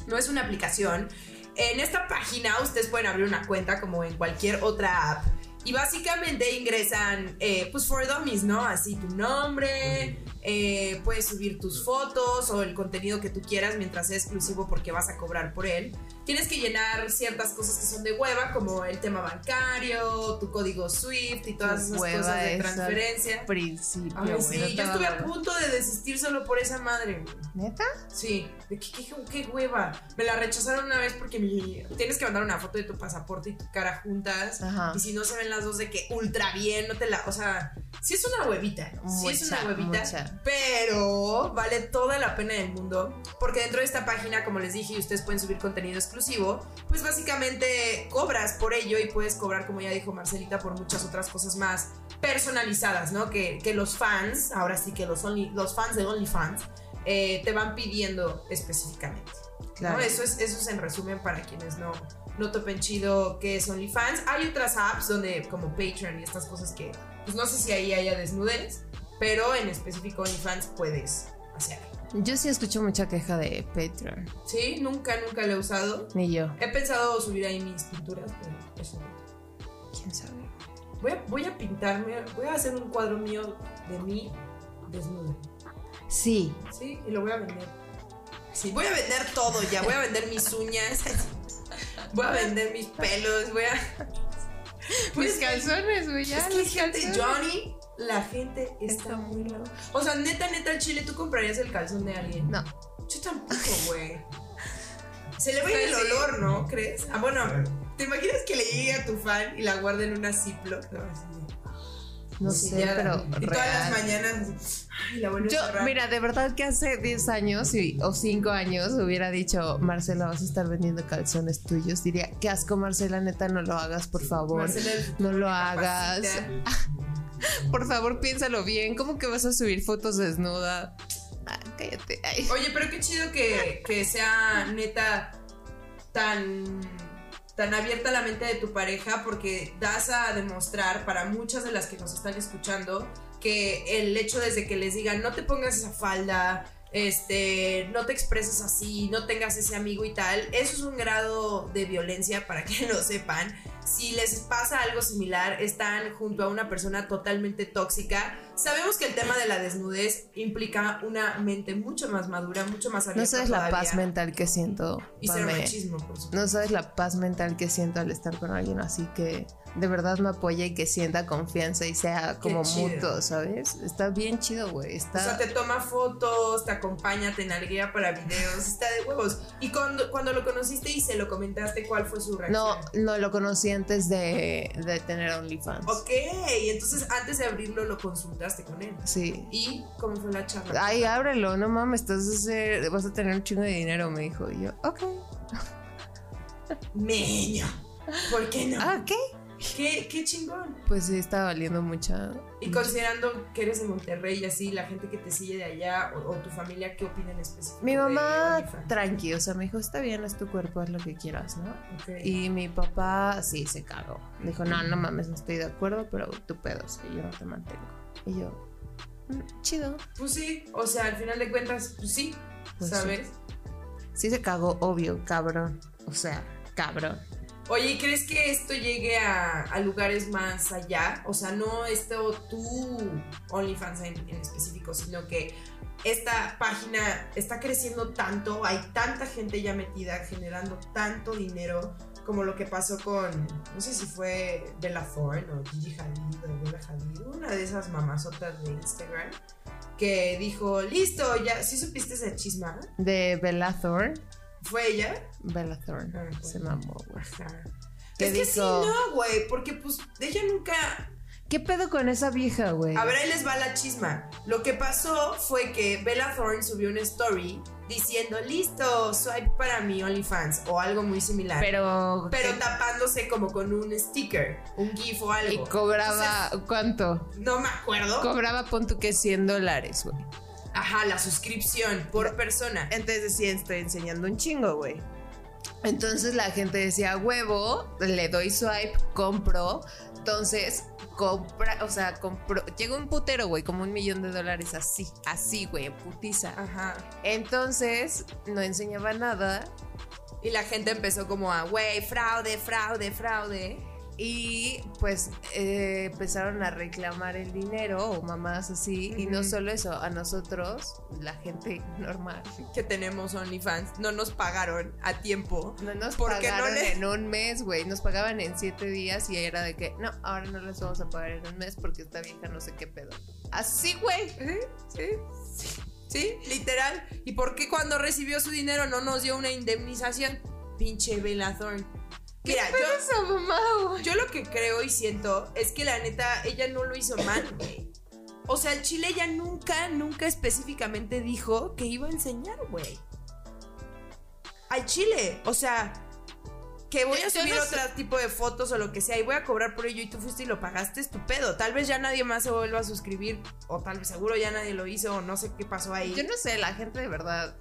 no es una aplicación. En esta página ustedes pueden abrir una cuenta como en cualquier otra app y básicamente ingresan eh, pues for dummies, ¿no? Así tu nombre, eh, puedes subir tus fotos o el contenido que tú quieras mientras sea exclusivo porque vas a cobrar por él tienes que llenar ciertas cosas que son de hueva, como el tema bancario, tu código SWIFT y todas esas
Hueva
cosas de
esa.
transferencia.
Principio.
Ay,
güey,
sí,
no
yo
te va
estuve
a
a
dar-
punto de desistir solo por esa madre. güey.
¿Neta?
Sí, de que- que- qué, hueva. Me la rechazaron una vez porque mi- tienes que mandar una foto de tu pasaporte y tu cara juntas.
Ajá.
Y si no se ven las dos de que ultra bien, no te la. O sea, sí es una huevita. sí es una
Mucha,
huevita.
mucha.
Pero vale toda la pena del mundo. Porque dentro de esta página, como les dije, y ustedes pueden subir contenido exclusivo. Pues básicamente cobras por ello y puedes cobrar, como ya dijo Marcelita, por muchas otras cosas más personalizadas, ¿no? Que, que los fans, ahora sí que los, only- los fans de OnlyFans, eh, te van pidiendo específicamente.
Claro.
¿no? Eso, es, eso es en resumen para quienes no, no topen chido que es OnlyFans. Hay otras apps donde, como Patreon y estas cosas que, pues no sé si ahí haya desnudez, pero en específico OnlyFans puedes hacerlo.
Yo sí escucho mucha queja de Patreon.
Sí, nunca, nunca lo he usado.
Ni yo.
He pensado subir ahí mis pinturas, pero eso no.
¿Quién sabe?
Voy a, voy a pintarme, voy a hacer un cuadro mío de mí desnuda.
Sí.
Sí, y lo voy a vender. Sí, voy a vender todo ya. Voy a vender mis uñas. Voy a vender mis pelos. Voy a.
Mis
Pues
calzones, güey, ya.
Es que
los
gente,
calzones.
Johnny, la gente está muy loca. O sea, neta, neta, al chile, ¿tú comprarías el calzón de alguien?
No.
Yo tampoco, güey. Se le va a ir el
Pero sí.
olor, ¿no? ¿Crees? Ah, bueno, ¿te imaginas que le llegue a tu fan y la guarde en una Ziploc? No, así de-
No
Sí,
sé,
ya,
pero
Y todas las
real.
mañanas. Ay, la vuelvo a
Yo,
cerrar.
mira, de verdad que hace 10 años y- o 5 años hubiera dicho, Marcela, vas a estar vendiendo calzones tuyos. Diría, qué asco, Marcela, neta, no lo hagas, por favor.
Marcela, el
no lo
capacita.
hagas. Por favor, piénsalo bien. ¿Cómo que vas a subir fotos desnuda? Ah, cállate. Ay.
Oye, pero qué chido que, que sea neta tan, tan abierta la mente de tu pareja porque das a demostrar para muchas de las que nos están escuchando que el hecho desde que les digan no te pongas esa falda, este, no te expreses así, no tengas ese amigo y tal, eso es un grado de violencia para que lo sepan. Si les pasa algo similar, están junto a una persona totalmente tóxica, Sabemos que el tema de la desnudez implica una mente mucho más madura, mucho más abierta.
No sabes la
todavía.
paz mental que siento.
Y ser
Pame.
machismo, por supuesto.
No sabes la paz mental que siento al estar con alguien así que de verdad me apoye y que sienta confianza y sea como
chido.
mutuo, ¿sabes? Está bien chido, güey.
O sea,
Está.
te toma fotos, te acompaña, te nalguea para videos, está de huevos. Y cuando, cuando lo conociste y se lo comentaste, ¿cuál fue su reacción?
No, no lo conocí antes de, de tener OnlyFans.
Ok, entonces antes de abrirlo lo consultaste con él.
Sí.
¿Y cómo fue la charla?
Ay, ábrelo, no mames, estás a hacer- vas a tener un chingo de dinero, me dijo. Y yo, ok.
Ah. Meño. ¿Por qué no?
Ah, ok.
¿Qué, qué chingón.
Pues sí, está valiendo mucha.
Y considerando que eres de Monterrey y así, la gente que te sigue de allá o, o tu familia, ¿qué opina en específico?
Mi
de
mamá,
OnlyFans?
tranqui, o sea, me dijo, está bien, es tu cuerpo, haz lo que quieras, ¿no?
Ok.
Y mi papá sí se cagó. Dijo, no, no mames, no estoy de acuerdo, pero tu pedo, sí, yo no te mantengo. Y yo, "Mm, chido.
Pues sí, o sea, al final de cuentas, pues sí,
Pues sí.
¿sabes?
Sí se cagó, obvio, cabrón. O sea, cabrón.
Oye, ¿y ¿crees que esto llegue a, a lugares más allá? O sea, no esto tú, OnlyFans en, en específico, sino que esta página está creciendo tanto, hay tanta gente ya metida, generando tanto dinero, como lo que pasó con, no sé si fue Bella Thorne o Gigi Hadid o Bella Hadid, una de esas mamazotas de Instagram, que dijo, listo, ya, ¿sí supiste ese chisma?
De Bella Thorne.
¿Fue ella?
Bella Thorne.
Ah, bueno.
Se mamó, güey.
Ajá.
¿Qué
es que sí,
dijo?
no, güey, porque pues ella nunca,
¿Qué pedo con esa vieja, güey?
A ver, ahí les va la chisma. Lo que pasó fue que Bella Thorne subió una story diciendo, listo, swipe para mi OnlyFans o algo muy similar. Pero,
Pero.
tapándose como con un sticker, un GIF o
Y
algo.
cobraba. ¿Cuánto?
no me acuerdo.
Cobraba, pon tú que 100 dólares, güey.
Ajá, la suscripción por persona.
Entonces decían, estoy enseñando un chingo, güey. Entonces la gente decía, huevo, le doy swipe, compro. Entonces, compra, o sea, compro. Llegó un putero, güey, como un millón de dólares así, así, güey, en putiza.
Ajá.
Entonces, no enseñaba nada.
Y la gente empezó como a, güey, fraude, fraude, fraude.
Y pues eh, empezaron a reclamar el dinero o mamás así. Y no
Ujú.
solo eso, a nosotros, la gente normal,
Que tenemos OnlyFans. No nos pagaron a tiempo.
No nos
Porque no
pagaron
le-
en un mes, güey. Nos pagaban en siete días y era de que, no, ahora no les vamos a pagar en un mes porque esta vieja no sé qué pedo. Así, güey.
Sí, sí, sí, literal. ¿Y por qué cuando recibió su dinero no nos dio una indemnización? Pinche Bella Thorne. Mira, yo,
Esa mamada, güey.
yo lo que creo y siento es que la neta, ella no lo hizo mal, güey. O sea, el Chile ya nunca, nunca específicamente dijo que iba a enseñar, güey. Al Chile, o sea, que voy
Yo-
a
yo
subir
no sé.
otro tipo de fotos o lo que sea y voy a cobrar por ello y tú fuiste y lo pagaste, estupendo. Tal vez ya nadie más se vuelva a suscribir o tal vez seguro ya nadie lo hizo o no sé qué pasó ahí.
Yo no sé, la gente de verdad,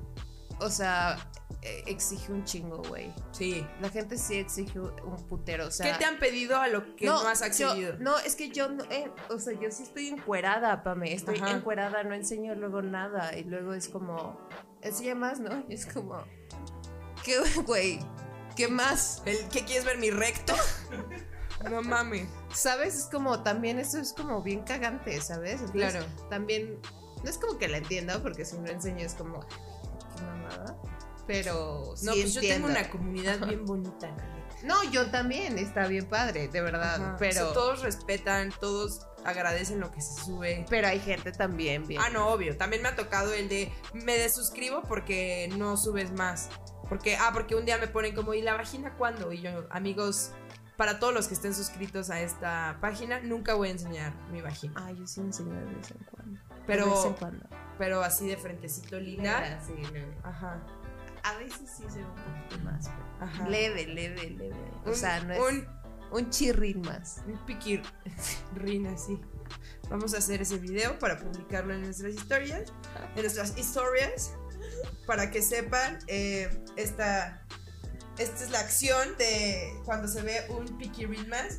o sea, eh, exige un chingo, güey.
Sí.
La gente sí exige un putero, o sea.
¿Qué te han pedido a lo que no, has
yo-
accedido?
no, es que yo no, eh, o sea, yo sí estoy encuerada, Pame, estoy
Ajá.
encuerada, no enseño luego nada y luego es como, enseña más, ¿no? Y es como, ¿qué, güey? ¿Qué más?
¿El, ¿Qué quieres ver mi recto? no mames.
¿Sabes? Es como, también eso es como bien cagante, ¿sabes? Entonces,
Claro.
También, no es como que la entienda porque si no enseño es como, "Ay, qué mamada. Pero sí
No, pues yo tengo
entiendo.
una comunidad bien bonita. la neta.
No, yo también, está bien padre, de verdad,
Ajá.
Ah, pero...
O sea, todos respetan, todos agradecen lo que se sube.
Pero hay gente también bien.
Ah, no, obvio. También me ha tocado el de me desuscribo porque no subes más. Porque, ah, porque un día me ponen como, ¿y la vagina cuándo? Y yo, amigos, para todos los que estén suscritos a esta página, nunca voy a enseñar mi vagina.
Ah, yo sí enseño de vez en cuando. de vez en
Pero,
cuando.
pero así de frentecito linda.
Ah, Sí, no.
Ajá,
A veces sí se ve un poquito más. pero
ajá.
Leve, leve, leve. O
Un-
sea, no es un,
un,
chirrín más.
un piquirrín así. Vamos a hacer ese video para publicarlo en nuestras historias, en nuestras historias, para que sepan eh, esta, esta es la acción de cuando se ve un piquirrín más.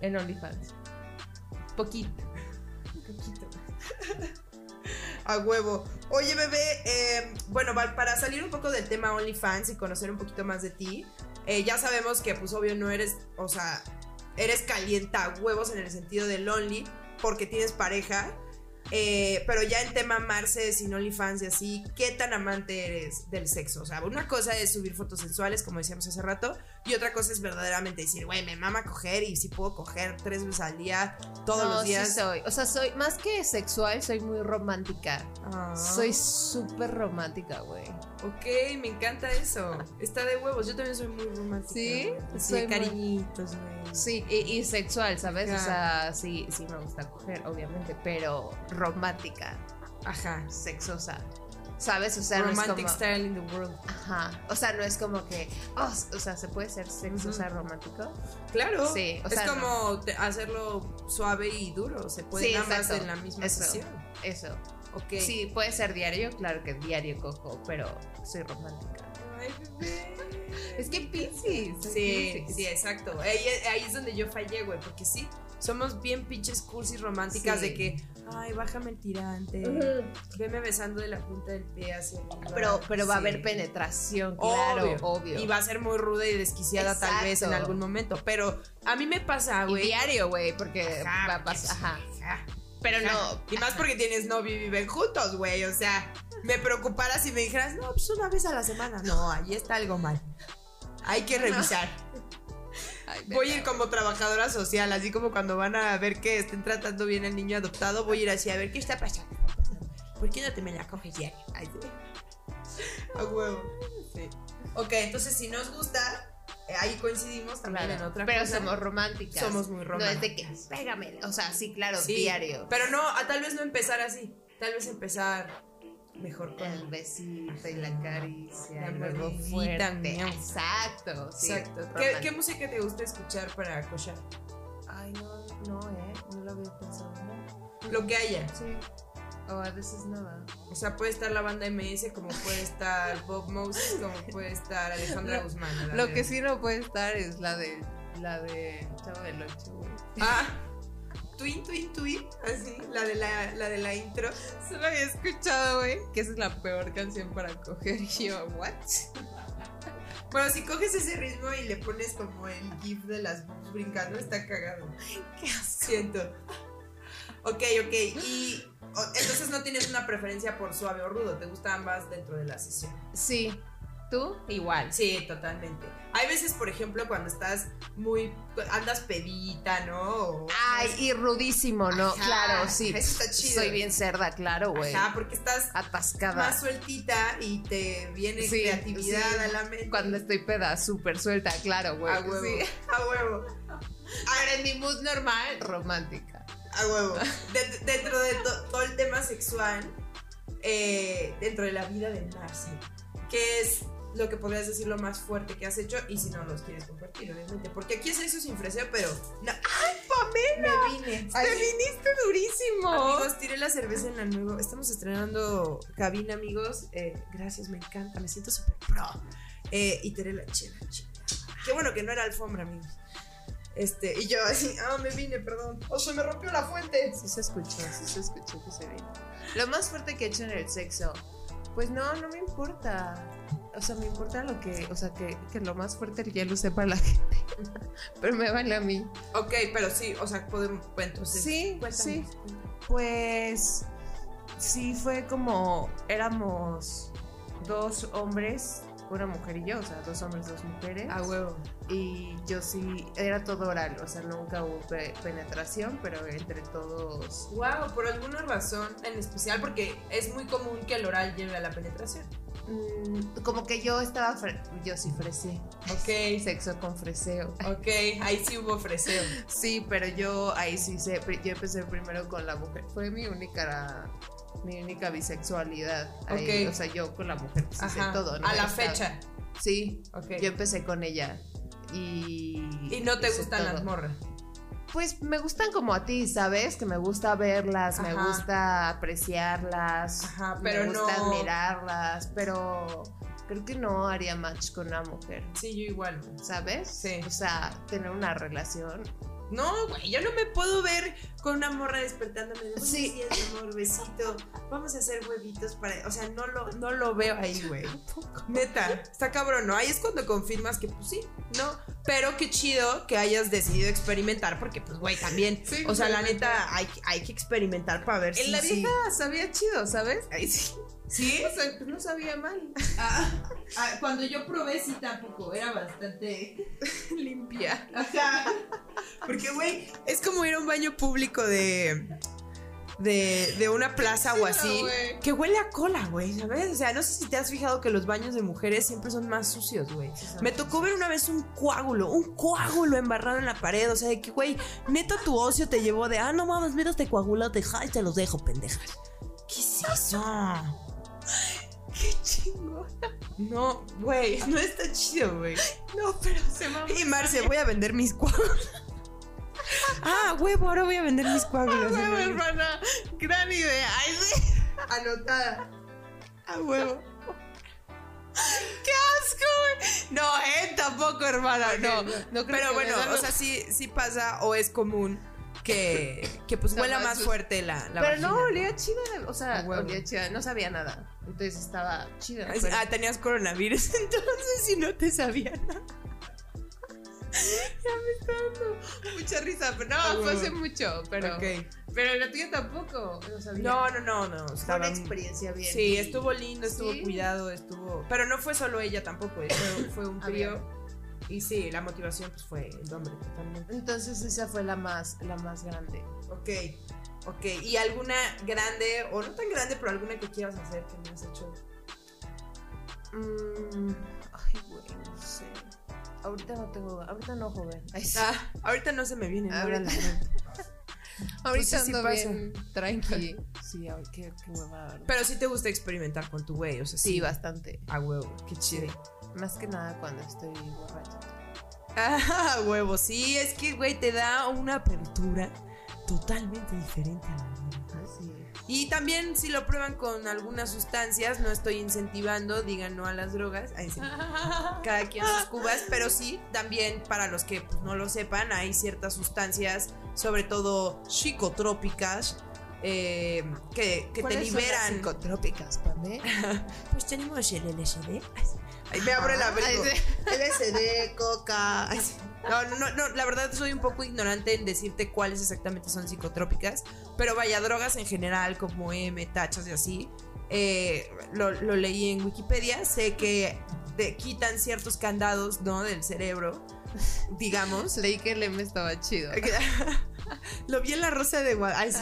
En OnlyFans. Poquito.
Poquito. A huevo. Oye, bebé, eh, bueno, Val, para salir un poco del tema OnlyFans y conocer un poquito más de ti, eh, ya sabemos que, pues, obvio, no eres, o sea, eres calienta a huevos en el sentido del Only, porque tienes pareja. eh, pero ya el tema amarse sin OnlyFans y así, ¿qué tan amante eres del sexo? O sea, una cosa es subir fotos sensuales, como decíamos hace rato, y otra cosa es verdaderamente decir, güey, me mama coger y si puedo coger tres veces al día, todos
no,
los días.
Sí soy. O sea, soy más que sexual, soy muy romántica.
Ah.
Soy súper romántica, güey.
Ok, me encanta eso. Está de huevos. Yo también soy muy romántica.
¿Sí?
güey. Así
Soy
de
muy-
cariñitos, güey.
Sí, y, y sexual, ¿sabes? O
Claro.
sea, sí, sí me gusta coger, obviamente, pero romántica,
Ajá.
sexosa. ¿Sabes? O sea, no
Romantic
es como...
style in the world.
Ajá. O sea, no es como que... oh, o sea, ¿se puede ser sexosa
Ujú.
romántico?
Claro.
Sí, o
es
sea,
como te- hacerlo suave y duro. Se puede
Sí,
ambas
exacto.
en la misma
Eso.
sesión.
Eso.
Ok.
Sí, puede ser diario, claro que diario cojo, pero soy romántica.
Ay, bebé.
Es que Pisces. soy
Sí,
Piscis.
sí, exacto. Ahí, ahí es donde yo fallé, güey, porque sí, somos bien pinches cursis románticas
Sí.
de que, ay, bájame el tirante,
Ujú.
veme besando de la punta del pie hacia arriba.
Pero, pero va a
Sí.
haber penetración, claro, obvio.
Y va a ser muy ruda y desquiciada tal vez en
Exacto.
algún momento. Pero a mí me pasa,
Y
güey.
diario, güey, porque
Ajá,
va a
porque-
pasar. Ajá.
ajá,
Pero
ajá.
no.
Y más porque tienes novio y viven juntos, güey. O sea, me preocupara si me dijeras, no, pues una vez a la semana. No, ahí está algo mal. Hay que revisar.
Ay,
Voy a
verga,
ir como trabajadora social, así como cuando van a ver que estén tratando bien al niño adoptado, voy a ir así a ver qué está pasando. ¿Por qué no te me la coges ya? Ay, sí. A huevo. Sí. Ok, entonces si nos gusta, eh, ahí coincidimos también
claro,
en otra
Pero
cosa.
somos románticas.
Somos muy
No es de que
románticas.
pégame. O sea, sí, claro,
Sí,
diario.
Pero no, ah, tal vez no empezar así. Tal vez empezar mejor con
el besito y Ah. la caricia
La
y luego
mordidita,
fuerte.
miau.
Exacto, sí,
Exacto. ¿Qué, qué
romántico.
música te gusta escuchar para cochar?
Ay, no, no, eh, no lo había pensado.
Lo que haya.
Sí. O a veces nada.
O sea, puede estar la banda MS, como puede estar Bob Moses, como puede estar Alejandra
Lo-
Guzmán. a la
Lo
verga.
que sí no puede estar es la de la de Chavo del Ocho, güey.
Ah, twin, twin, twin. Así, la de la, la, de la intro.
Solo había escuchado, güey, que esa es la peor canción para coger. Y yo, ¿what?
Bueno, si coges ese ritmo y le pones como el gif de las boobs brincando, está cagado.
Qué asco.
Siento. Ok, ok. Y o- entonces no tienes una preferencia por suave o rudo. Te gustan ambas dentro de la sesión.
Sí. ¿Tú? Igual.
Sí, totalmente. Hay veces, por ejemplo, cuando estás muy. andas pedita, ¿no? O-
Ay, y rudísimo, ¿no?
Ajá,
claro, sí.
eso está chido.
Soy bien cerda, claro, güey.
Ajá, porque estás
Atascada.
más sueltita y te viene
Sí,
creatividad
sí.
a la mente.
Cuando estoy peda, súper suelta, claro, güey.
a huevo.
Sí.
A huevo.
Pero en mi mood normal, romántica.
A huevo. De- dentro de to- todo el tema sexual, eh, dentro de la vida de Marce, ¿qué es lo que podrías decir lo más fuerte que has hecho y si no los quieres compartir, obviamente? Porque aquí es eso sin freseo, pero. no- ¡Ay, Pamela! Me vine. Ay,
viniste durísimo.
Amigos, tiré la cerveza en la nueva. Estamos estrenando cabina, amigos. Eh, gracias, me encanta. Me siento súper pro. Eh, y tiré la chela, chela. Qué bueno que no era alfombra, amigos. Este, y yo así, ah, me vine, perdón. O se me rompió la fuente.
Sí se escuchó, sí se escuchó que se vino. Lo más fuerte que he hecho en el sexo, pues no, no me importa. O sea, me importa lo que, o sea, que, que lo más fuerte ya lo sepa la gente. Pero me vale a mí.
Ok, pero sí, o sea, podemos. Entonces,
Sí, sí. Pues sí fue como éramos dos hombres, una mujer y yo, o sea, dos hombres, dos mujeres.
A huevo.
y yo sí, era todo oral, o sea, nunca hubo pe- penetración, pero entre todos
Wow, por alguna razón en especial, porque es muy común que el oral lleve a la penetración.
Mm, como que yo estaba. fre- Yo sí fresé.
Ok,
Sexo con freseo.
ok, ahí sí hubo freseo.
Sí, pero yo ahí sí hice. pri- Yo empecé primero con la mujer. Fue mi única. Mi única bisexualidad. Ahí,
Ok.
O sea, yo con la mujer pues, hice
Ajá.
todo, ¿no?
a la
Estaba-
fecha.
Sí,
Ok.
yo empecé con ella. Y.
Y no te
hice
gustan
todo.
las morras.
Pues me gustan como a ti, ¿sabes? Que me gusta verlas, me
Ajá.
gusta apreciarlas,
Ajá,
me
pero
gusta
no-
admirarlas, pero creo que no haría match con una mujer.
Sí, yo igual. güey.
¿sabes?
Sí.
O sea, tener una relación
No, güey, yo no me puedo ver con una morra despertándome. De, Buenos
Sí.
días, mi amor, besito. Vamos a hacer huevitos para. O sea, no lo, no lo veo ahí, güey. Neta, está cabrón, ¿no? Ahí es cuando confirmas que, pues sí, ¿no? Pero qué chido que hayas decidido experimentar, porque, pues, güey, también.
Sí,
o sea, la
experimentar.
neta, hay, hay que experimentar para ver si.
la
sí.
vieja sabía chido, ¿sabes? Ay, sí.
¿Sí?
O sea, pues no sabía mal.
Ah, ah, cuando yo probé, sí, tampoco. Era bastante.
Limpia.
Ajá. Porque, güey, es como ir a un baño público de. De, de una plaza o así.
güey.
que huele a cola, güey, ¿sabes? O sea, no sé si te has fijado que los baños de mujeres siempre son más sucios, güey. Me tocó ver una vez un coágulo, un coágulo embarrado en la pared. O sea, de que, güey, neta tu ocio te llevó de, ah, no mames, mira este coágulo, te ja- y te los dejo, pendejas. ¿Qué es eso?
Qué chingo.
No, güey, no está chido, güey.
No, pero se mamó.
Y Marce, voy a vender mis coágulos. Ah, huevo, ahora voy a vender mis Ah, coágulos.
Ah, Huevo, hermana. Gran idea. Ay, sí.
Anotada. A huevo. ¡Qué asco, güey! No, eh, tampoco, hermana, no.
no, no creo
Pero
que
bueno,
me dan
o
los-
sea, sí, sí pasa o es común que, que pues
La
huela más
sus-
fuerte la, la
pero no,
vagina.
olía chida. O sea,
A huevo.
olía chida. No sabía nada. Entonces estaba chida.
Ah, sí,
pero-
Ah, tenías coronavirus entonces y no te sabían.
ah, mucha risa. Pero
A
no, fue
huevo.
hace mucho. Pero,
Ok.
pero la tuya tampoco. No sabía.
No, no, no, no.
Fue
Estaba
una experiencia bien.
Sí, estuvo lindo, estuvo
Sí.
cuidado, estuvo. Pero no fue solo ella tampoco, eh, fue, fue un
A ver.
trío. Y sí, la motivación pues fue el hombre totalmente.
Entonces esa fue la más, la más grande.
Ok, ok. ¿Y alguna grande, o no tan grande, pero alguna que quieras hacer que no has hecho?
Mm, ay, güey, no sé. Ahorita no tengo, ahorita no, joven. Ay, sí.
Ah, ahorita no se me viene nada a la
Ahorita.
mente.
ahorita
pues sí, sí
ando
pasa.
bien tranqui. Sí, ay, qué, qué hueva. ¿verdad?
Pero sí te gusta experimentar con tu güey, o sea,
Sí,
sí.
bastante.
A huevo, qué chido.
Más que nada cuando estoy borracha.
Ah, a huevo, sí, es que, güey, te da una apertura totalmente diferente a la mía.
Así es.
Y también si lo prueban con algunas sustancias, no estoy incentivando, digan no a las drogas. Ahí sí. cada quien sus cubas, pero sí, también para los que pues, no lo sepan, hay ciertas sustancias, sobre todo psicotrópicas, eh, que, que te
¿Cuáles son las
liberan.
psicotrópicas, Pame.
Pues tenemos el LSD. Ahí me abre la abrigo.
Ah, Ay, sí.
LSD, coca. Ay, sí. No, no, no, la verdad soy un poco ignorante en decirte cuáles exactamente son psicotrópicas, pero vaya, drogas en general como M, tachas y así, eh, lo, lo leí en Wikipedia, sé que te quitan ciertos candados, ¿no? Del cerebro, digamos.
Pues Leí que el M estaba chido.
lo vi en la rosa de Guadalupe.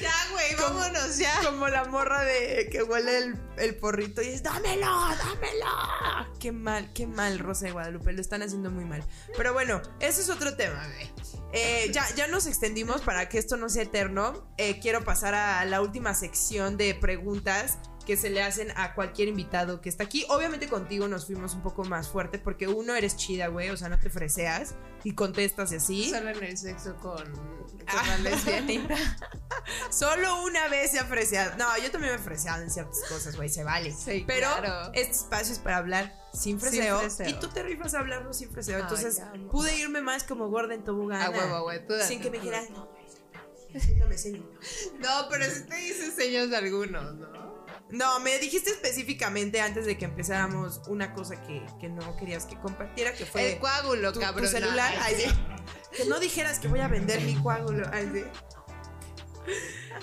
Ya, güey,
Como-
vámonos ya.
Como la morra de que huele el, el porrito y es ¡dámelo! ¡dámelo! Qué mal, qué mal, Rosa de Guadalupe. Lo están haciendo muy mal. Pero bueno, eso es otro tema, güey. Eh, ya, ya nos extendimos para que esto no sea eterno. Eh, quiero pasar a la última sección de preguntas que se le hacen a cualquier invitado que está aquí. Obviamente contigo nos fuimos un poco más fuerte porque uno eres chida, güey, o sea, no te freseas y contestas y así.
Solo en el sexo con, con
Ah.
la lesbianita.
Solo una vez se ha freseado. No, yo también me he freseado en ciertas cosas, güey, se vale.
Sí,
Pero
claro.
este espacio es para hablar sin freseo.
freseo.
Y tú te rifas a hablarlo sin freseo.
Ay,
Entonces
te amo.
pude irme más como gorda en tobogán.
A huevo, güey. tú
Sin
date,
que me
tú
dijeran, no, güey, no me enseñes, no".
No, pero si te hice señas de algunos, ¿no?
No, me dijiste específicamente antes de que empezáramos una cosa que, que no querías que compartiera, que fue
El coágulo,
tu, tu
cabrón.
celular.
Ay,
Ay, sí. Que no dijeras que voy a vender mi coágulo. Ay, sí.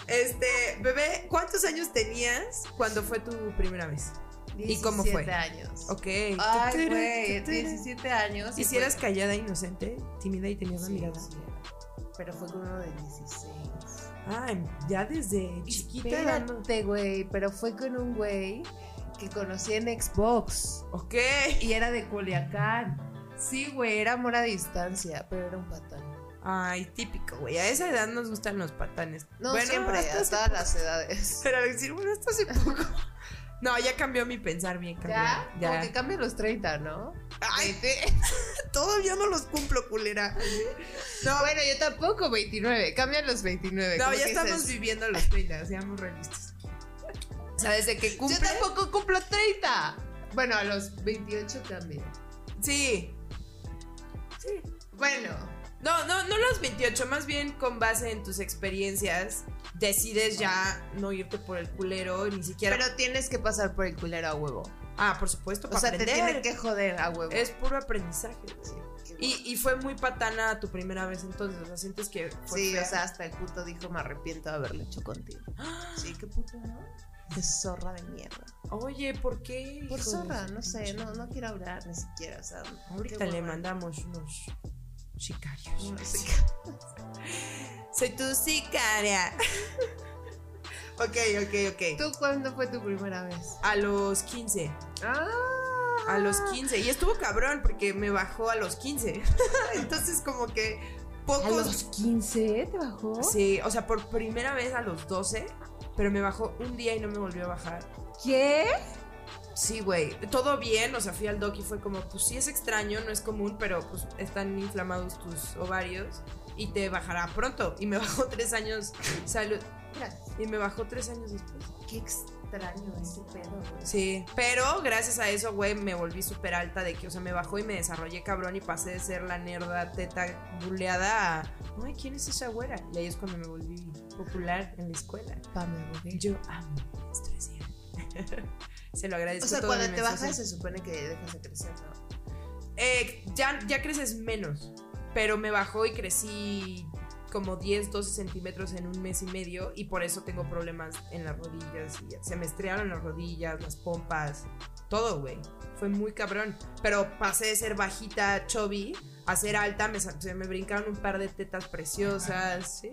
Este, bebé, ¿cuántos años tenías cuando fue tu primera vez? ¿Y cómo fue?
17 años.
Ok.
Ay, güey, 17 años.
Y si eras callada, inocente, tímida y tenías la mirada.
Pero fue con uno de 16.
Ay, Ah, ya desde chiquita. era, ¿no?
Espérate, güey, pero fue con un güey que conocí en Xbox
Ok.
y era de Culiacán. Sí, güey, era amor a distancia, pero era un patán.
Ay, típico, güey. A esa edad nos gustan los patanes.
No
Bueno,
siempre,
hasta
a
hace
todas
poco.
las edades.
Pero al decir, bueno, hasta hace poco. No, ya cambió mi pensar bien, cambió.
¿Ya? Como que cambia los 30, ¿no?
Ay,
Veinte.
todavía no los cumplo, culera.
No, bueno, yo tampoco, 29. Cambian los 29.
No,
¿cómo
ya
que
estamos
dices?
viviendo los 30, seamos realistas. O sea, desde que cumple.
Yo tampoco cumplo 30. Bueno, a los 28 cambio.
Sí.
Bueno,
No, no, no los 28, más bien con base en tus experiencias decides ya no irte por el culero, ni siquiera...
pero tienes que pasar por el culero a huevo.
ah, por supuesto,
O
para
sea, te
aprender.
tienen que joder a huevo.
Es puro aprendizaje. Y, y fue muy patana tu primera vez entonces, o sea, sientes que fue
sí,
fea.
o sea, hasta el puto dijo, me arrepiento de haberlo hecho contigo. Sí, qué puto, ¿no? Qué zorra de mierda.
Oye, ¿por qué? hijo
Por
de
zorra,
su
no sé,
pinche
no, no quiero hablar ni siquiera, o sea.
Ahorita
qué
le
hueva.
mandamos unos sicarios.
No sé.
Soy tu sicaria. ok, ok, ok.
¿Tú cuándo fue tu primera vez?
A los 15.
Ah,
A los 15. Y estuvo cabrón porque me bajó a los 15. Entonces, como que
¿A los
pocos.
15 te bajó?
Sí, o sea, por primera vez a los 12. Pero me bajó un día y no me volvió a bajar.
¿Qué?
Sí, güey. Todo bien, o sea, fui al doc y fue como, pues sí es extraño, no es común, pero pues están inflamados tus ovarios y te bajará pronto. Y me bajó tres años, salud. Y me bajó tres años después.
Qué extraño ese pedo, güey.
Sí. Pero gracias a eso, güey, me volví súper alta de que, o sea, me bajó y me desarrollé cabrón y pasé de ser la nerda teta buleada a, ay, ¿quién es esa güera? Y ahí es cuando me volví popular en la escuela.
Pame, güey.
Yo amo esto Se lo agradezco.
O sea,
todo
cuando
mi
te
mensaje.
bajas se supone que dejas de crecer, ¿no?
Eh, ya, ya creces menos, pero me bajó y crecí como 10, 12 centímetros en un mes y medio y por eso tengo problemas en las rodillas. Y se me estrearon las rodillas, las pompas, todo, güey. Fue muy cabrón. Pero pasé de ser bajita, chubby, a ser alta, me, sa- se me brincaron un par de tetas preciosas. ¿sí?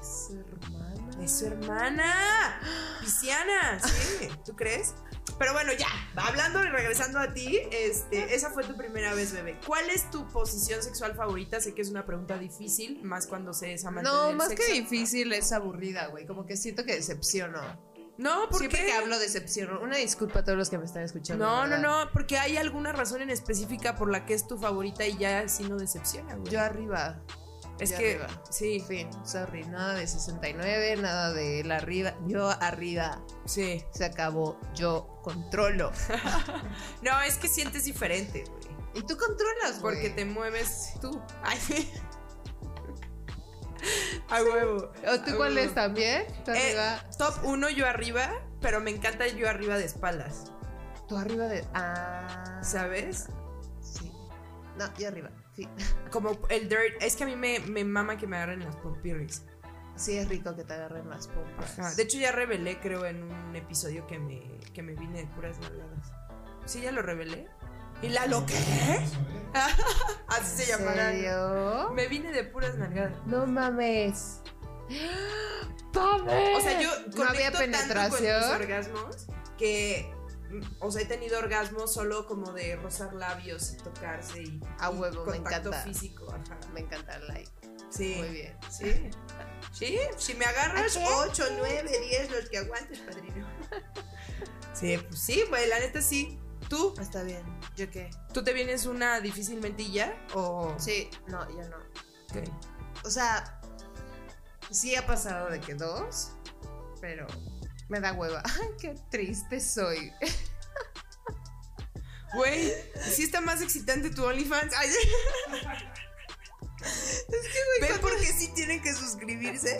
Es hermana.
Es su hermana, Pisciana, sí, ¿tú crees? Pero bueno, ya, hablando y regresando a ti, este, esa fue tu primera vez, bebé. ¿Cuál es tu posición sexual favorita? Sé que es una pregunta difícil, más cuando se es amante
No,
del
más
sexo.
que difícil es aburrida, güey. Como que siento que decepciono.
No, ¿por
Siempre
qué?
que hablo decepciono. Una disculpa a todos los que me están escuchando.
no, no,
¿verdad?
no, porque hay alguna razón en específica por la que es tu favorita y ya así no decepciona, güey.
Yo arriba.
es
yo
que,
arriba.
sí,
En fin, sorry. Nada de 69, nada de la arriba. Yo arriba.
sí.
Se acabó. Yo controlo.
No, es que sientes diferente, güey.
Y tú controlas, güey.
Porque te mueves tú. Ay, A huevo.
¿O tú
a
cuál
huevo.
es también? ¿Tú
Uh. Eh,
arriba?
Top 1 yo arriba, pero me encanta el yo arriba de espaldas,
Tú arriba de. Ah.
¿sabes?
Sí. No, yo arriba. Sí.
Como el dirt. Es que a mí me, me mama que me agarren las pompirris.
Sí, es rico que te agarren las pompas.
Ajá. De hecho, ya revelé, creo, en un episodio que me, que me vine de puras nalgadas. Sí, ya lo revelé. ¿Y la lo qué? Así se
¿En
llamará.
serio?
Me vine de puras nalgadas.
No mames. ¡Pame!
O sea, yo
no había
conecto tanto con mis
penetración.
orgasmos que. mm, O sea, he tenido orgasmos solo como de rozar labios y tocarse y,
A
y
huevo, me
contacto
encanta.
físico. Ajá.
Me encanta el like.
Sí.
Muy bien.
Sí. Sí, si me agarras
¿A qué?
8, 9, 10, los que aguantes, padrino. Sí, pues sí, güey, la neta sí. ¿Tú?
Está bien. ¿Yo qué?
¿Tú te vienes una difícilmente y ya? ¿O
Sí, no, yo no.
qué?
O sea, sí ha pasado de que dos, pero me da hueva. Ay, qué triste soy.
Güey, sí está más excitante tu OnlyFans. Ay, sí. Ven porque sí tienen que suscribirse.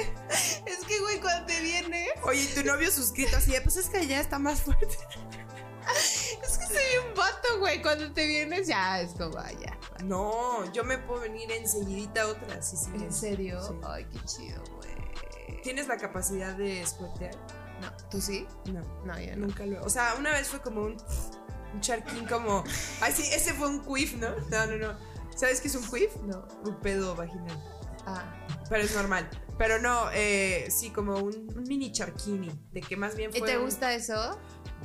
Es que, güey, cuando te viene,
Oye, ¿y tu novio suscrito así, de, pues es que ya está más fuerte.
es que soy un vato, güey. Cuando te vienes, ya es como, ay, ya.
No, yo me puedo venir enseguidita a otra. Sí, sí.
¿En serio?
Sí.
Ay, qué chido, güey.
¿Tienes la capacidad de squirtear?
No, ¿tú sí?
No.
No, yo no.
Nunca lo. O sea, una vez fue como un. Un charquín como. Ay, sí, ese fue un quiff, ¿no? No, no, no. ¿Sabes qué es un quiff?
No.
Un pedo vaginal.
Ah.
Pero es normal. Pero no, eh, sí, como un, un mini charquini. De que más bien fue.
¿Y te
un-
gusta eso?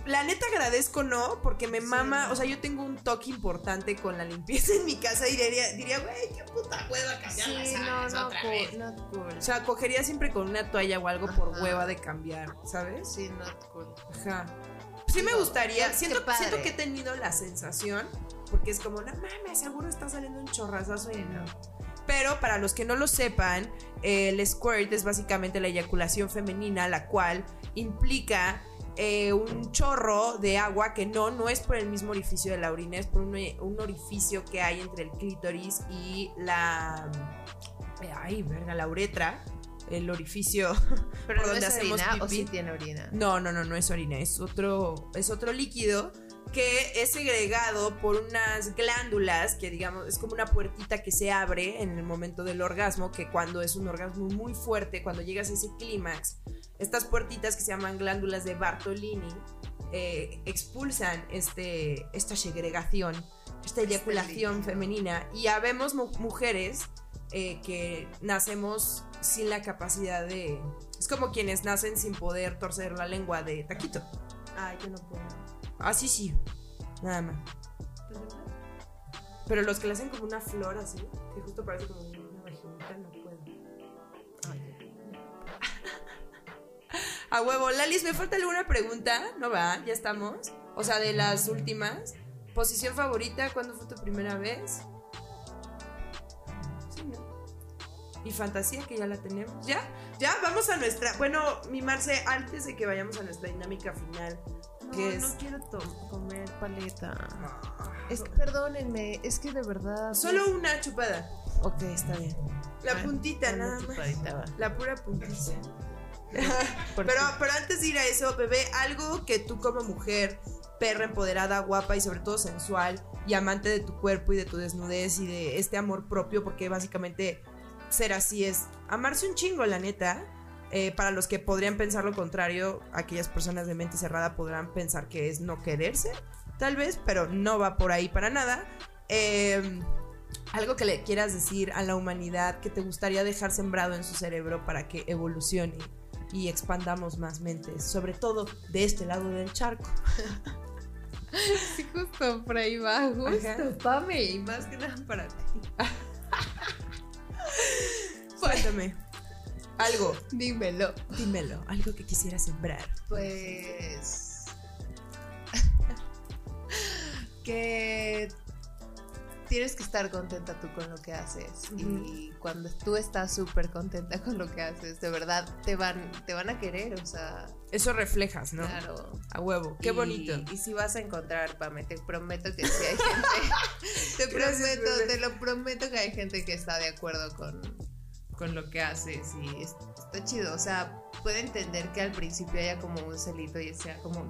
La neta agradezco no, porque me
Sí.
mama. O sea, yo tengo un toque importante con la limpieza en mi casa y diría, diría, güey, qué puta hueva cambiar las sábanas otra vez".
cool, not cool.
O sea, cogería siempre con una toalla o algo por
pues. Ajá.
hueva de cambiar, ¿sabes?
Sí, not cool.
Ajá. Sí me gustaría.
Qué
Siento,
padre.
siento que he tenido la sensación, porque es como, no mames, seguro está saliendo un chorrazazo y no. Pero para los que no lo sepan, el squirt es básicamente la eyaculación femenina, la cual implica eh, un chorro de agua que no, no es por el mismo orificio de la orina, es por un, un orificio que hay entre el clítoris y la. Ay, verga, la uretra. El orificio
Pero
por
no
donde
es
hacemos
orina o
pipí.
sí tiene orina.
No, no, no, no es orina, es otro, es otro líquido que es segregado por unas glándulas que digamos es como una puertita que se abre en el momento del orgasmo, que cuando es un orgasmo muy fuerte, cuando llegas a ese clímax, estas puertitas que se llaman glándulas de Bartolini eh, expulsan este, esta segregación, esta eyaculación
Este líquido.
femenina y habemos mu- mujeres eh, que nacemos sin la capacidad de... Es como quienes nacen sin poder torcer la lengua de taquito.
Ay, Ah, yo no puedo.
Así sí, nada más. Pero los que la hacen como una flor así, que justo parece como una vaginita, no puedo. A huevo, Lalis, ¿me falta alguna pregunta? ¿No va? ¿Ya estamos? O sea, de las últimas. ¿Posición favorita? ¿Cuándo fue tu primera vez? Sí, ¿no? Y fantasía, que ya la tenemos. ¿Ya? ¿Ya? Vamos a nuestra... Bueno, mi Marce, antes de que vayamos a nuestra dinámica final, que es...
quiero comer paleta.
Ah.
Es que perdónenme, es que de verdad.
Solo una chupada.
Ok, está bien.
La
Ah,
puntita,
una
nada más.
chupadita, va.
La pura puntita.
Por
Pero,
fin.
pero antes de ir a eso, bebé, algo que tú como mujer, perra empoderada, guapa y sobre todo sensual y amante de tu cuerpo y de tu desnudez y de este amor propio, porque básicamente ser así es amarse un chingo, la neta. Eh, para los que podrían pensar lo contrario, aquellas personas de mente cerrada podrán pensar que es no quererse, tal vez, pero no va por ahí para nada. Eh, algo que le quieras decir a la humanidad que te gustaría dejar sembrado en su cerebro para que evolucione y expandamos más mentes, sobre todo de este lado del charco.
Sí, justo por ahí va,
Ajá.
justo, Pame, y más que nada para ti.
Cuéntame. Algo,
Dímelo.
dímelo, algo que quisiera sembrar.
Pues. que tienes que estar contenta tú con lo que haces. Y cuando tú estás súper contenta con lo que haces, de verdad te van, te van a querer, o sea,
Eso reflejas, ¿no?
claro.
A huevo. Qué
Y-
bonito.
Y si vas a encontrar, Pame, te prometo que sí hay gente. te
Gracias,
prometo,
bebé.
te lo prometo que hay gente que está de acuerdo con, con lo que haces. Y es- está chido. O sea, puede entender que al principio haya como un celito y sea como.